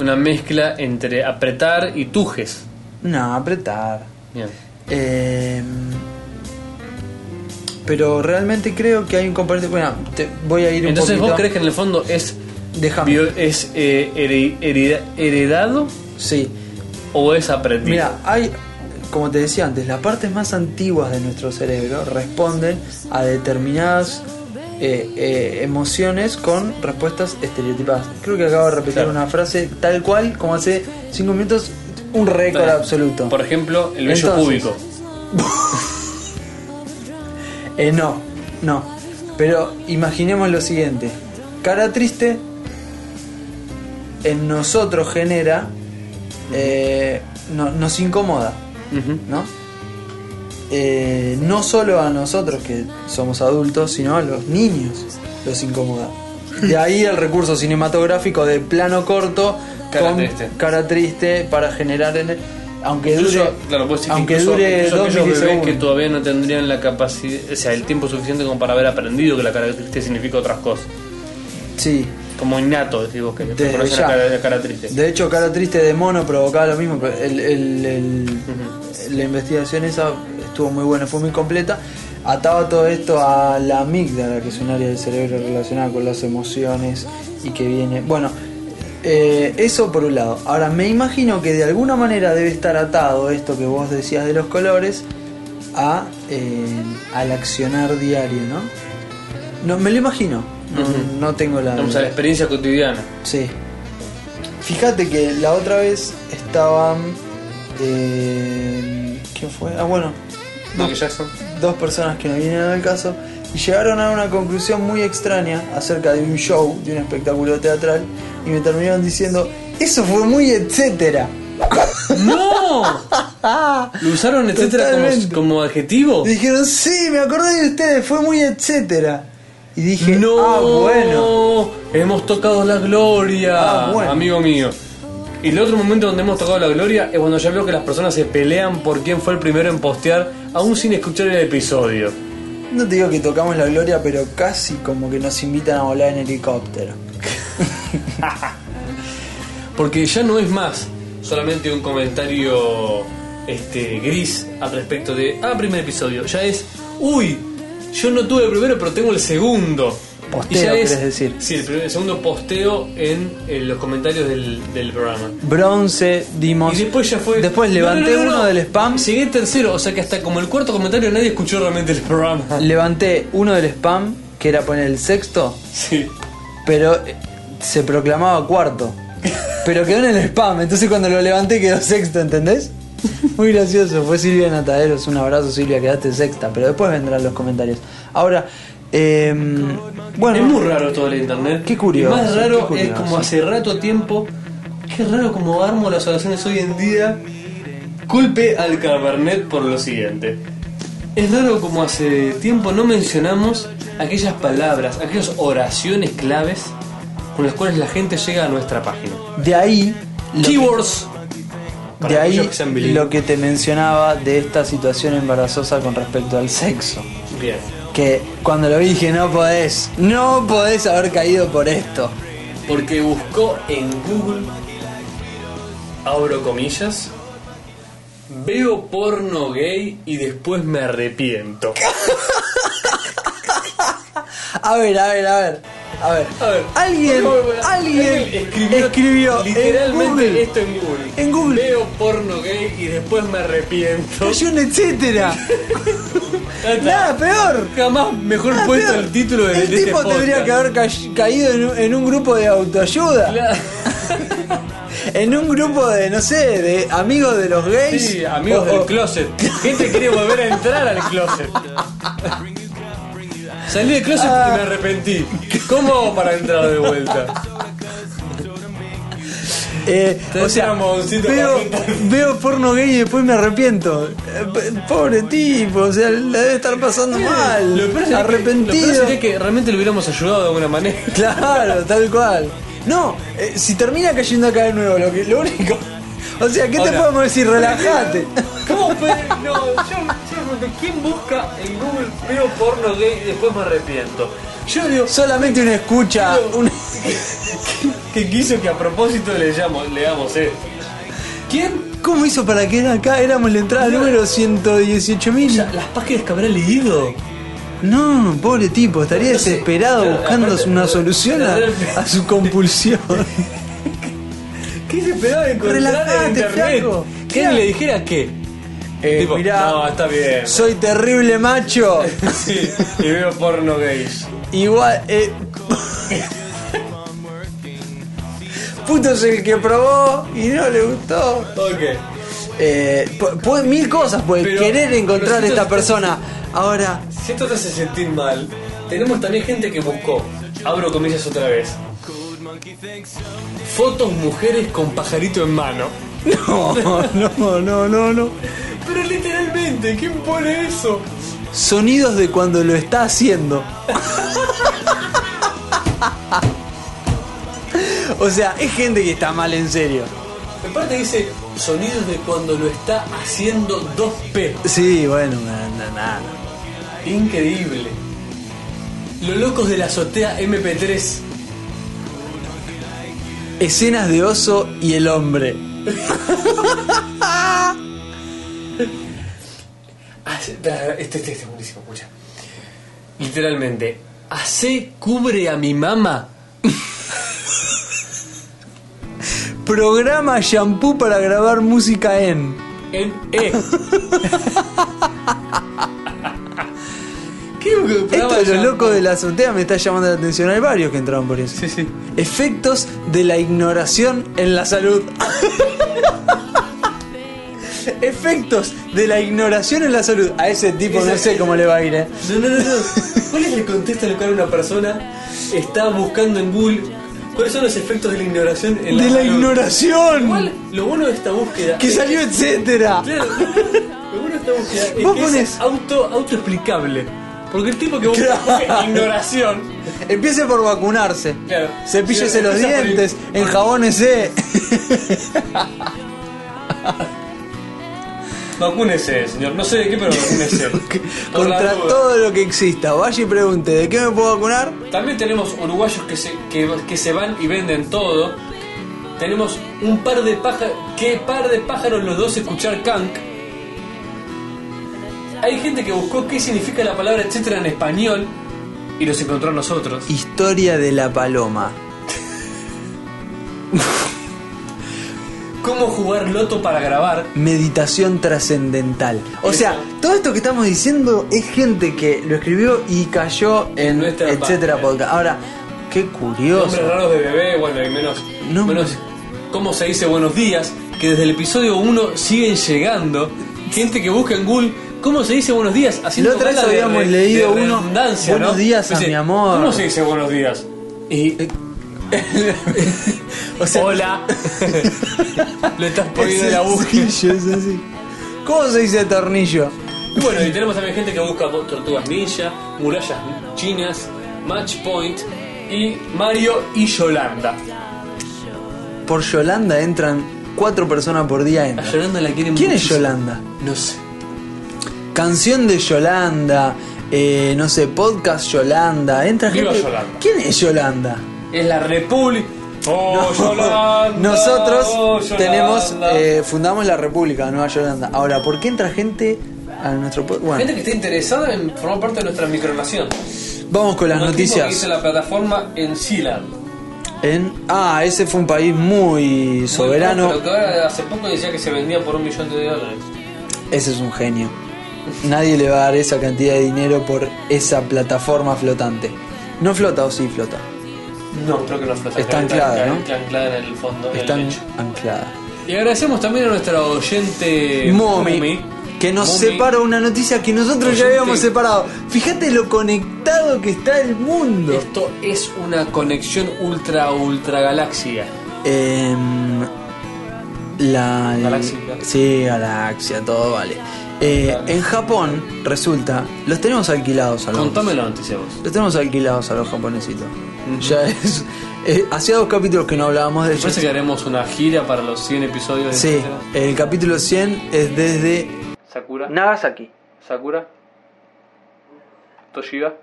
B: una mezcla entre apretar y tujes.
A: no, apretar.
B: Bien.
A: Eh, pero realmente creo que hay un componente. Bueno, te voy a ir un
B: Entonces,
A: poquito.
B: ¿vos crees que en el fondo es,
A: Déjame.
B: bio- es eh, heri- herida- heredado
A: Sí.
B: o es aprendido?
A: Mira, hay. Como te decía antes, las partes más antiguas de nuestro cerebro responden a determinadas eh, eh, emociones con respuestas estereotipadas. Creo que acabo de repetir
B: Claro.
A: una frase tal cual, como hace cinco minutos, un récord absoluto.
B: Por ejemplo, el vello
A: Entonces,
B: púbico.
A: Eh, no, no. Pero imaginemos lo siguiente. Cara triste en nosotros genera... eh, no- nos incomoda,
B: Ujú.
A: ¿no? Eh, no solo a nosotros que somos adultos, sino a los niños los incomoda. De ahí el recurso cinematográfico de plano corto
B: Cara
A: con
B: triste.
A: cara triste para generar... en- aunque
B: Incluso-
A: dure,
B: claro, puedo decir que
A: aunque
B: incluso-
A: dure
B: incluso
A: dos
B: aquellos bebés
A: milisegundos.
B: que todavía no tendrían la capacidad, o sea, el tiempo suficiente como para haber aprendido que la característica significa otras cosas.
A: Sí,
B: Como innato, digo, que
A: Desde
B: conocen
A: ya.
B: la cara, la cara triste.
A: De hecho, cara triste de mono provocaba lo mismo. pero el- el- el- La investigación esa estuvo muy buena, fue muy completa. Ataba todo esto a la amígdala, que es un área del cerebro relacionada con las emociones y que viene. Bueno, eh, eso por un lado. Ahora, me imagino que de alguna manera debe estar atado esto que vos decías de los colores a, eh, al accionar diario, ¿no? No, me lo imagino. No, no tengo la.
B: Vamos a la experiencia cotidiana.
A: Sí. Fíjate que la otra vez estaban. eh, ¿Quién fue? Ah, bueno.
B: Michael Jackson.
A: Dos personas que no vinieron al caso y llegaron a una conclusión muy extraña acerca de un show, de un espectáculo teatral, y me terminaron diciendo: Eso fue muy etcétera.
B: ¡No! ¿Lo usaron etcétera como,
A: Totalmente.
B: como adjetivo?
A: Y dijeron: Sí, me acordé de ustedes, fue muy etcétera. Y dije:
B: ¡No!
A: Ah, bueno.
B: Hemos tocado la gloria,
A: Ah, bueno.
B: amigo mío. Y el otro momento donde hemos tocado la gloria es cuando ya veo que las personas se pelean por quién fue el primero en postear, aún sin escuchar el episodio.
A: No te digo que tocamos la gloria, pero casi como que nos invitan a volar en helicóptero.
B: Porque ya no es más solamente un comentario este, gris al respecto de, ah, primer episodio, ya es, uy, yo no tuve el primero, pero tengo el segundo.
A: Posteo, querés decir.
B: Sí, el, primer- el segundo posteo en, eh, los comentarios del, del programa.
A: bronce, dimos.
B: Y después ya fue.
A: Después levanté
B: No, no, no, no.
A: uno del spam.
B: Llegué tercero, o sea que hasta como el cuarto comentario nadie escuchó realmente el programa.
A: Levanté uno del spam, que era poner el sexto,
B: Sí.
A: pero eh, se proclamaba cuarto. Pero quedó en el spam, entonces cuando lo levanté quedó sexto, ¿entendés? Muy gracioso, fue Silvia Nataderos, un abrazo Silvia, quedaste sexta, pero después vendrán los comentarios. Ahora, em, bueno,
B: es muy raro todo el internet.
A: Qué curioso,
B: Y más raro
A: qué
B: es
A: curioso.
B: como hace rato tiempo. Qué raro como armo las oraciones hoy en día. Culpe al Cabernet por lo siguiente. Es raro como hace tiempo no mencionamos aquellas palabras, aquellas oraciones claves con las cuales la gente llega a nuestra página.
A: de ahí lo que-
B: Keywords.
A: De
B: Para
A: ahí
B: aquellos que sean bilingües.
A: lo que te mencionaba de esta situación embarazosa con respecto al sexo.
B: Bien.
A: que cuando lo vi dije no podés, no podés haber caído por esto.
B: Porque buscó en Google, abro comillas, veo porno gay y después me arrepiento.
A: A ver, a ver, a ver. A ver,
B: A ver,
A: alguien,
B: por favor,
A: alguien
B: alguien
A: escribió, en
B: literalmente
A: Google,
B: esto en Google.
A: en Google.
B: Veo veo porno gay y después me arrepiento.
A: Hay un etcétera.
B: Ya está.
A: Nada peor.
B: Jamás mejor
A: Nada
B: puesto
A: peor.
B: el título de,
A: El
B: de
A: tipo
B: este
A: tendría
B: podcast.
A: que haber ca- caído en un, en un grupo de autoayuda.
B: Claro.
A: En un grupo de, no sé, de amigos de los gays.
B: Sí, amigos
A: O-
B: del
A: o-
B: closet. Gente quiere volver a entrar al closet. Salí del closet y me arrepentí. ¿Cómo hago para entrar de vuelta?
A: eh,
B: Tenés
A: o sea,
B: un amoncito
A: veo,
B: para
A: veo porno gay y después me arrepiento. Eh, p- Pobre tipo, o sea, la debe estar pasando mal.
B: Lo peor sería que- lo peor
A: arrepentido.
B: sería que realmente lo hubiéramos ayudado de alguna manera.
A: Claro, tal cual. No, eh, si termina cayendo acá de nuevo, lo, que, lo único. O sea, ¿qué te
B: Ahora.
A: podemos decir? Relájate.
B: ¿Cómo puede? No, yo, yo- ¿quién busca en Google veo porno gay y después me arrepiento? Yo digo,
A: Solamente una escucha. una-
B: que quiso que a propósito le, llamo, le damos esto. ¿Quién?
A: ¿Cómo hizo para que acá? Éramos la entrada número 118.000.
B: ¿Las páginas que habrá leído?
A: No, pobre tipo, estaría
B: No sé.
A: desesperado
B: Claro,
A: buscando
B: aparte-
A: una solución a, a su compulsión.
B: ¿Qué se esperaba encontrar
A: Relajate,
B: en internet?
A: flaco.
B: ¿Quién
A: Claro.
B: le dijera qué?
A: Eh,
B: Tipo,
A: mirá,
B: no, está bien.
A: soy terrible macho.
B: Sí, y veo porno gays.
A: Igual. eh, Puto es el que probó y no le gustó.
B: Ok.
A: Eh, pu- pu- mil cosas, pues.
B: Pero-
A: Querer encontrar
B: pero
A: a
B: si
A: esta
B: tú-
A: persona. Ahora,
B: Si esto te hace sentir mal, tenemos también gente que buscó, abro comillas otra vez, fotos mujeres con pajarito en mano.
A: no, no, no, no, no.
B: Pero literalmente, ¿quién pone eso?
A: Sonidos de cuando lo está haciendo. o sea, es gente que está mal en serio.
B: En parte dice sonidos de cuando lo está haciendo 2P.
A: Sí, bueno, na- na- nada.
B: Increíble. Los locos de la azotea MP3.
A: Escenas de oso y el hombre.
B: Hace- da- Este, este, este es buenísimo, escucha. Literalmente, hace cubre a mi mamá.
A: Programa shampoo para grabar música en.
B: En E. ¿Qué
A: Esto de los locos de la azotea me está llamando la atención. Hay varios que entraron por eso.
B: Sí, sí.
A: Efectos de la ignoración en la salud. Efectos de la ignoración en la salud. A ese tipo no
B: Ese-
A: sé cómo le va a ir, eh.
B: No, no, no, no. ¿Cuál es el contexto en el cual una persona está buscando en Google cuáles son los efectos de la ignoración en la
A: De la
B: salud? Igual,
A: ignoración.
B: lo bueno de esta búsqueda.
A: Que
B: es-
A: salió etcétera.
B: Claro, lo bueno de esta búsqueda es
A: Vos
B: que
A: ponés-
B: es auto, autoexplicable. Porque el tipo que busca
A: Claro.
B: ignoración.
A: Empiece por vacunarse.
B: Claro.
A: Cepíllese
B: Empieza
A: los
B: por el-
A: dientes, eh. enjabónese.
B: Vacúnese, señor. No sé de qué, pero vacúnese. Por la
A: Contra
B: duda.
A: todo lo que exista. Vaya y pregunte, ¿de qué me puedo vacunar?
B: También tenemos uruguayos que se, que, que se van y venden todo. Tenemos un par de pájaros. ¿Qué par de pájaros los dos escuchar kank? Hay gente que buscó qué significa la palabra etcétera en español y los encontró a nosotros.
A: Historia de la paloma.
B: ¿Cómo jugar loto para grabar?
A: Meditación trascendental. O sea,
B: Exacto.
A: todo esto que estamos diciendo es gente que lo escribió y cayó en
B: Nuestra
A: etcétera
B: página.
A: podcast. Ahora, qué curioso.
B: Nombres raros de bebé, bueno, y menos,
A: No.
B: menos cómo se dice buenos días, que desde el episodio 1 siguen llegando. Gente que busca en Google cómo se dice buenos días, haciendo
A: La otra vez
B: gala de
A: habíamos
B: re-
A: leído
B: de
A: uno,
B: redundancia,
A: "Buenos
B: ¿no?
A: días a mi amor". Eh.
B: ¿Cómo se dice buenos días? Y
A: O sea,
B: hola. Lo estás
A: es
B: poniendo en la búsqueda.
A: sencillo, es así. ¿Cómo se dice tornillo?
B: Y Bueno, y tenemos también gente que busca tortugas ninja, murallas chinas, match point y Mario y Yolanda.
A: Por Yolanda entran cuatro personas por día.
B: A
A: entran.
B: Yolanda la quieren
A: ¿Quién es
B: muchísimo.
A: Yolanda?
B: No sé.
A: Canción de Yolanda, eh, no sé, podcast Yolanda. Entra
B: Viva
A: gente.
B: Yolanda.
A: ¿Quién es Yolanda?
B: Es la República. Oh, Yolanda,
A: Nosotros
B: oh, Yolanda.
A: tenemos, eh, fundamos la República Nueva Yolanda. Ahora, ¿por qué entra gente a nuestro podcast?
B: Gente
A: Bueno,
B: que está interesada en formar parte de nuestra micronación.
A: vamos con las
B: Como el tipo que
A: noticias.
B: hizo la plataforma en Sealand.
A: en. Ah, ese fue un país muy soberano.
B: Pero que ahora hace poco decía que se vendía por un millón de dólares.
A: Ese es un genio. Nadie le va a dar esa cantidad de dinero por esa plataforma flotante. No flota o sí flota.
B: No, creo que no flota.
A: Está
B: creo que
A: anclada,
B: anca-
A: ¿no?
B: que anclada en el fondo. en el
A: Está
B: lecho.
A: anclada.
B: Y agradecemos también a nuestra oyente
A: Momi, que nos
B: Eh, Momi.
A: separa una noticia que nosotros ya
B: Oyente.
A: habíamos separado. Fíjate lo conectado que está el mundo.
B: Esto es una conexión ultra, ultra galaxia.
A: Em, la
B: Galaxia.
A: Sí, Galaxia, todo vale. Eh, en Japón, resulta, los tenemos alquilados a los.
B: Contame la noticia vos.
A: Los tenemos alquilados a los japonesitos. Ya es. eh, hacía dos capítulos que no hablábamos de
B: Me parece
A: ellos.
B: que haremos una gira para los 100 episodios de
A: Sí,
B: etcétera.
A: el capítulo 100 es desde.
B: Sakura.
D: Nagasaki,
B: Sakura. Toshiba.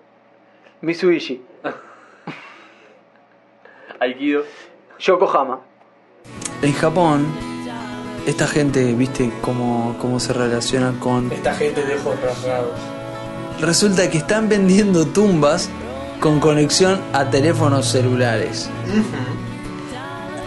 D: Mitsubishi,
B: Aikido.
D: Yokohama.
A: En Japón, esta gente, viste cómo, cómo se relaciona con.
B: Esta gente de ojos rasgados.
A: Resulta que están vendiendo tumbas con conexión a teléfonos celulares.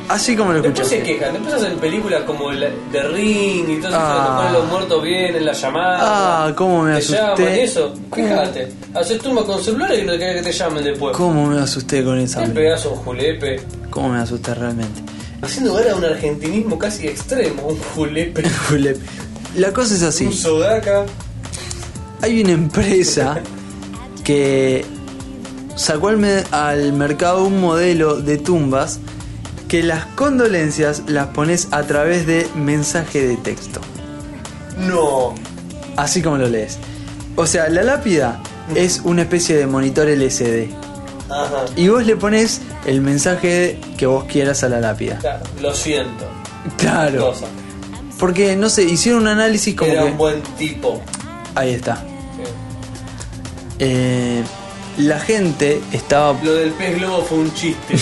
A: Así como lo
B: Después se
A: escuchaste.
B: quejan, después hacen películas como la- The Ring y todo eso,
A: Ah.
B: donde ponen los muertos bien en la llamada.
A: Ah, cómo me
B: te
A: asusté.
B: llaman y eso,
A: ¿Cómo?
B: fíjate. Haces tumba con celulares y no te querés que te llamen después.
A: ¿Cómo me asusté con esa?
B: Te pegas un julepe.
A: ¿Cómo me asusté realmente?
B: Haciendo ver a un argentinismo casi extremo, un julepe,
A: La cosa es
B: un
A: así.
B: sodaca.
A: Hay una empresa que sacó al, me- al mercado un modelo de tumbas que las condolencias las pones a través de mensaje de texto.
B: No.
A: Así como lo lees. O sea, la lápida es una especie de monitor LCD.
B: Ajá.
A: Y vos le pones el mensaje que vos quieras a la lápida.
B: Claro, Lo siento.
A: Claro.
B: Cosa.
A: Porque, no sé, hicieron un análisis como
B: Era un
A: que...
B: buen tipo.
A: Ahí está.
B: Sí.
A: Eh, la gente estaba...
B: Lo del pez globo fue un chiste.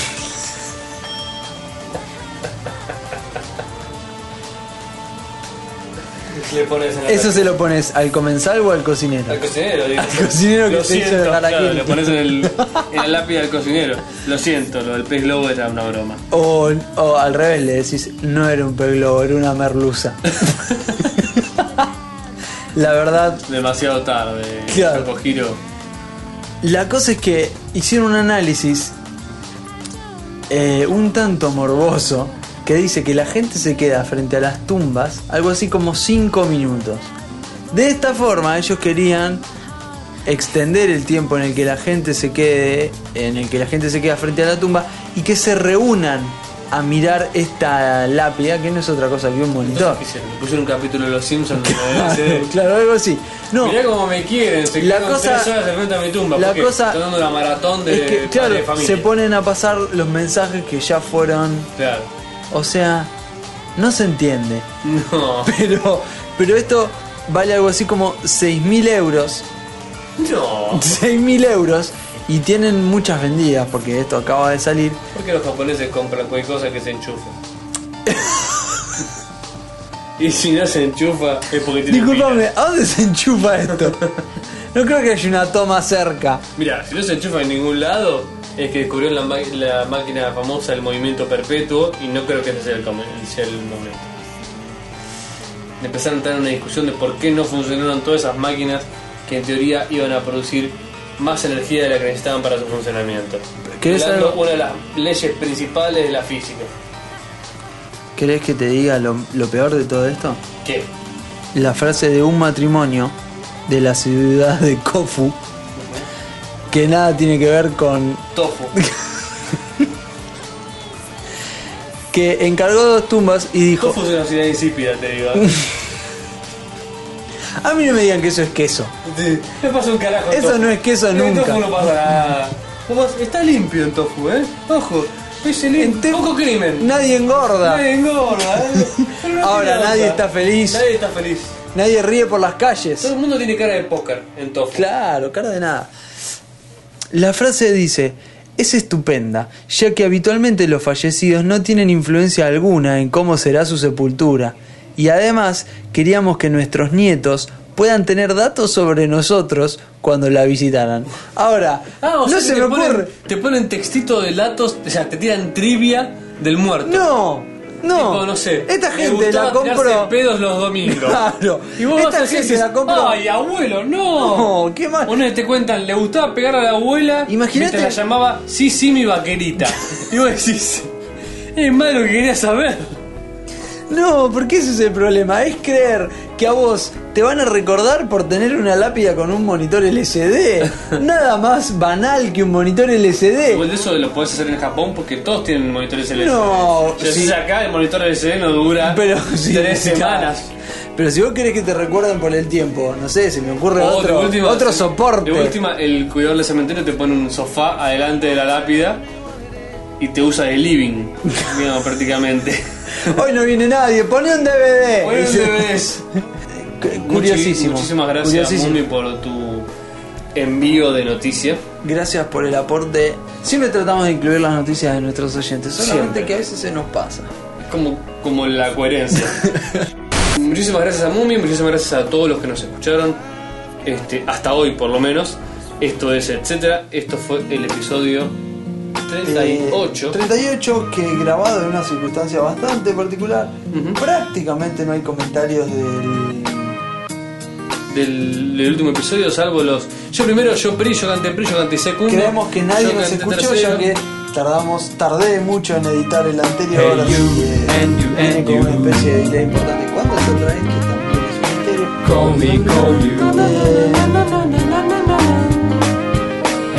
B: Le pones en la
A: Eso se lo pones al comensal o al cocinero.
B: Al cocinero, digo.
A: Al cocinero que
B: lo
A: te hizo
B: siento,
A: el harakiri.
B: claro, le pones en, el, en la lápida al cocinero. Lo siento, lo del pez globo era una broma.
A: O, o al revés le decís, no era un pez globo, era una merluza. la verdad,
B: Demasiado tarde.
A: Claro.
B: Giro.
A: La cosa es que hicieron un análisis eh, un tanto morboso que dice que la gente se queda frente a las tumbas algo así como 5 minutos. De esta forma ellos querían extender el tiempo en el que la gente se quede, en el que la gente se queda frente a la tumba y que se reúnan a mirar esta lápida que no es otra cosa que un monitor.
B: Hicieron- Pusieron un capítulo de Los Simpsons. donde dice,
A: claro, algo así. No,
B: Mirá cómo me quieren, se
A: La
B: la
A: cosa-
B: tres horas de frente a mi tumba.
A: la
B: ¿por qué?
A: cosa-
B: Están dando una maratón de,
A: es que, claro,
B: padre de familia.
A: se ponen a pasar los mensajes que ya fueron
B: Claro.
A: O sea, no se entiende.
B: No.
A: Pero, pero esto vale algo así como 6.000 euros.
B: No.
A: 6.000 euros. Y tienen muchas vendidas porque esto acaba de salir.
B: ¿Por qué los japoneses compran cualquier cosa que se enchufa? y si no se enchufa es porque tiene
A: Disculpame, ¿a dónde se enchufa esto? No creo que haya una toma cerca.
B: Mira, si no se enchufa en ningún lado, es que descubrió la, ma- la máquina famosa del movimiento perpetuo y no creo que ese sea el, com- sea el momento. Empezaron a entrar en una discusión de por qué no funcionaron todas esas máquinas que en teoría iban a producir más energía de la que necesitaban para su funcionamiento.
A: ¿Qué es
B: Violando
A: algo?
B: una de las leyes principales de la física.
A: ¿Querés que te diga lo, lo peor de todo esto?
B: ¿Qué?
A: La frase de un matrimonio de la ciudad de Kofu. Que nada tiene que ver con
B: Tofu.
A: que encargó dos tumbas y dijo,
B: Tofu es una ciudad insípida, te digo. ¿eh?
A: a mí no me digan que eso es queso.
B: No pasa un carajo. en
A: Eso
B: tofu.
A: no es queso
B: En
A: nunca.
B: tofu no pasa nada. No pasa- Está limpio en tofu, ¿eh? Ojo, es el
A: En te-
B: poco crimen.
A: Nadie engorda,
B: Nadie engorda, ¿eh? Pero no
A: Ahora,
B: tiene
A: nadie
B: onda.
A: está feliz.
B: Nadie está feliz.
A: nadie ríe por las
B: Todo
A: calles.
B: el mundo tiene cara de póker en tofu.
A: Claro, cara de nada. La frase dice, es estupenda, ya que habitualmente los fallecidos no tienen influencia alguna en cómo será su sepultura. Y además queríamos que nuestros nietos puedan tener datos sobre nosotros cuando la visitaran. Ahora,
B: Ah, o sea
A: no
B: que
A: se
B: te
A: me
B: ponen,
A: ocurre.
B: Te ponen textito de datos, o sea, te tiran trivia del muerto.
A: No, no.
B: Tipo, no sé.
A: Esta
B: me
A: gente
B: gustaba
A: la
B: tirarse
A: compró.
B: pedos los domingos.
A: Claro.
B: Y vos
A: Esta
B: vas así y
A: gente
B: decís,
A: la compró.
B: Ay, abuelo, no.
A: No, qué mal.
B: Una vez te cuentan, le gustaba pegar a la abuela.
A: Imagínate-
B: mientras la llamaba, sí, sí, mi vaquerita. y vos decís, es más lo que quería saber.
A: No, porque ese es el problema. Es creer que a vos te van a recordar por tener una lápida con un monitor LCD. Nada más banal que un monitor
B: Igual
A: LCD.
B: Pues de eso lo podés hacer en Japón porque todos tienen monitores LCD.
A: No,
B: si lo
A: sí.
B: haces acá, el monitor LCD no dura
A: Pero si-
B: tres semanas.
A: Pero si vos querés que te recuerden por el tiempo, no sé, se me ocurre
B: O
A: otro,
B: de última-
A: otro soporte.
B: De última, el cuidador del cementerio te pone un sofá adelante de la lápida y te usa de living, digamos, prácticamente.
A: Hoy no viene nadie, poné un DVD.
B: Bueno,
A: Dice-
B: DVDs.
A: Cu- Curiosísimo.
B: Muchi- Muchísimas gracias,
A: Curiosísimo.
B: Mumi, por tu envío de noticia.
A: Gracias por el aporte. Siempre tratamos de incluir las noticias de nuestros oyentes, solamente
B: Siempre.
A: que a veces se nos pasa.
B: Como, como la coherencia. muchísimas gracias a Mumi, muchísimas gracias a todos los que nos escucharon. Este, hasta hoy, por lo menos. Esto es etcétera. Esto fue el episodio 38.
A: Eh, 38 que grabado en una circunstancia bastante particular.
B: Ujú.
A: Prácticamente no hay comentarios del...
B: del, del último episodio, salvo los. Yo primero, yo pri, yo canté pri, yo canté secundo.
A: Creemos que nadie
B: yo
A: nos
B: canté
A: escuchó
B: tercero.
A: ya que tardamos, tardé mucho en editar el anterior.
B: Hey,
A: así
B: you,
A: que
B: and you,
A: viene
B: and
A: como
B: you.
A: una especie de idea importante. ¿Cuándo es otra vez que también es un misterio?
B: Call me, call you.
A: Eh,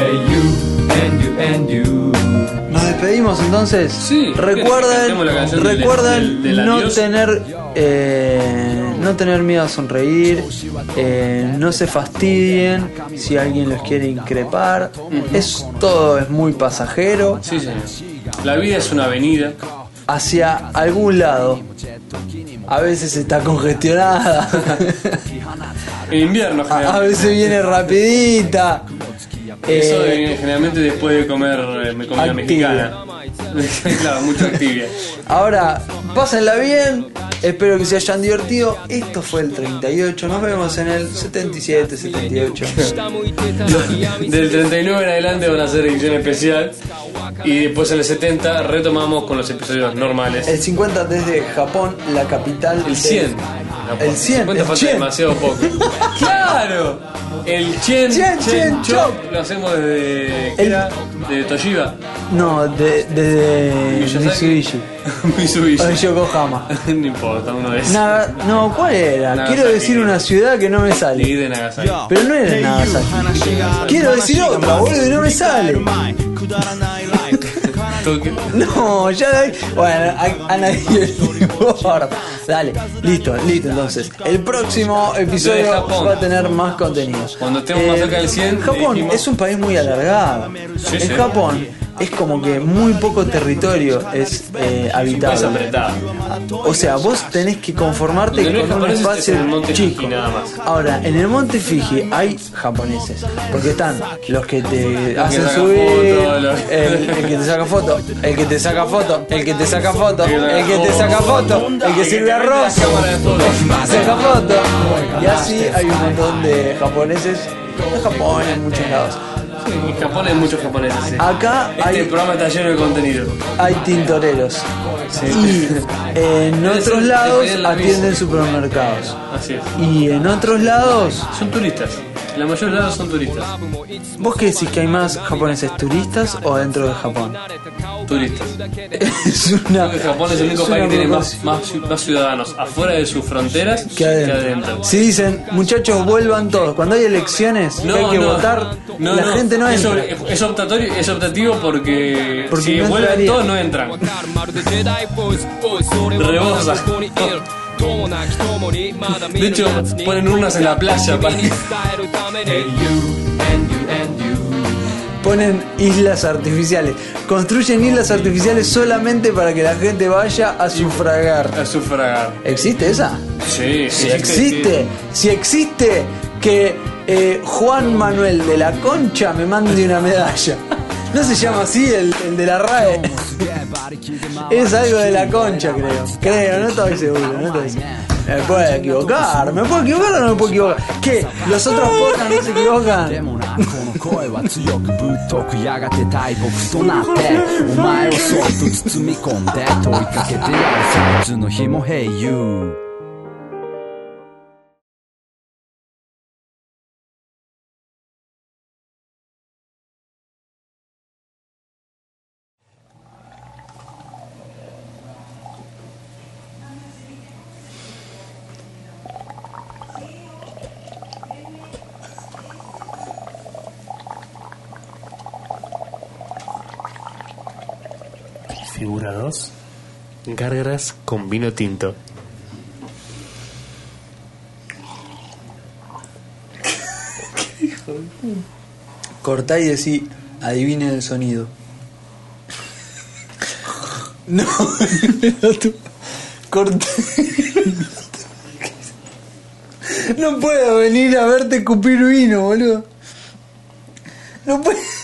B: Hey, you, and you, and you.
A: Nos despedimos entonces.
B: Sí.
A: Recuerden,
B: Cantemos la canción del-
A: recuerden
B: del- del
A: no
B: adiós.
A: tener eh, no tener miedo a sonreír. eh, no se fastidien si alguien los quiere increpar. Es todo es muy pasajero
B: Sí, señor. La vida es una avenida.
A: hacia algún lado. A veces está congestionada.
B: En invierno,
A: A
B: generalmente.
A: veces viene rapidita.
B: Eso
A: Eh,
B: eh, generalmente después de comer eh, mi comida
A: Activia.
B: mexicana. claro, mucha actividad.
A: Ahora, pásenla bien. Espero que se hayan divertido. Esto fue el 38. Nos vemos en el 77, 78.
B: Del 39 en adelante van a hacer edición especial. Y después en el 70 retomamos con los episodios normales.
A: El 50 desde Japón, la capital.
B: El
A: de-
B: 100.
A: El 100.
B: 50
A: el
B: falta
A: 100.
B: demasiado poco. ¡Claro! El Chen,
A: Chen, Chen Chop.
B: Lo hacemos desde. ¿qué
A: El-
B: era? De Toshiba.
A: No, de- desde
B: Miyazaki.
A: Mitsubishi. O de
B: Mitsubishi.
A: Yokohama.
B: no importa, uno es.
A: Naga- no, ¿cuál era?
B: Nagasaki.
A: Quiero decir una ciudad que no me
B: Ni
A: sale.
B: de Nagasaki.
A: Pero no era Nagasaki. Quiero decir otra, boludo, y no me sale.
B: Tokio.
A: No, ya. Bueno, a, a nadie le importa. Dale, listo, listo. Entonces, el próximo
B: De
A: episodio
B: Japón.
A: va a tener más contenido. Eh,
B: Cuando estemos más cerca del 100,
A: Japón
B: dijimos-
A: es un país muy alargado.
B: Sí,
A: en
B: sí.
A: Japón es como que muy poco territorio es eh,
B: País
A: habitable.
B: apretado.
A: O sea, vos tenés que conformarte
B: Donde no
A: con
B: hay
A: un
B: japoneses es
A: espacio
B: en el monte
A: chico.
B: Fuji nada más.
A: Ahora, en el Monte Fiji hay japoneses, porque están los que te hacen
B: sacan
A: subir,
B: fotos, los-
A: el, el que te saca foto, el que te saca foto, el que te saca foto, el que te saca foto, el que sirve
B: mete la
A: arroz,
B: cámara de fotos.
A: saca foto. Y así hay un montón de japoneses en Japón, en muchos lados.
B: Sí, En Japón hay muchos japoneses. sí.
A: Acá
B: Este
A: hay,
B: programa está lleno de contenido.
A: hay tintoreros. Y en otros lados atienden supermercados.
B: Así es.
A: Y en otros lados,
B: Son turistas. La mayoría de lados son turistas.
A: ¿vos qué decís que hay más japoneses turistas o dentro de Japón?
B: Turistas.
A: Es una.
B: Creo que Japón es el único
A: es
B: país
A: una
B: que tiene
A: propuesta.
B: más, más, más ciudadanos afuera de sus fronteras
A: que adentro. Si dicen, muchachos, vuelvan todos. Cuando hay elecciones, que hay que votar,
B: no,
A: la
B: no,
A: gente no
B: es,
A: entra.
B: ob- es optatorio, es optativo porque,
A: Porque
B: si
A: no
B: vuelven
A: entraría.
B: todos no entran. Rebosa. De hecho, ponen urnas en la playa para
A: Ponen islas artificiales. Construyen islas artificiales solamente para que la gente vaya a sufragar.
B: a sufragar.
A: ¿Existe esa?
B: Sí, sí,
A: Si existe, si existe, que eh, Juan Manuel de la Concha me mande una medalla. No se llama así el, el de la RAE. Es algo de la concha, creo. Creo, no estoy seguro, no estoy seguro. Me puedo equivocar, me puedo equivocar o no me puedo equivocar. ¿Qué? ¿Los otros podcasts no se
E: で
A: equivocan?
E: もなこの声は強くぶっとくやがて大木となってお前をそっと包み込んで問いかけてやるそいつの日も Hey you
B: Figura 2. Gárgaras con vino tinto.
A: Cortá y decí, adivinen el sonido. No, pero tú. Cortá. No puedo venir a verte escupir vino, boludo. No puedo.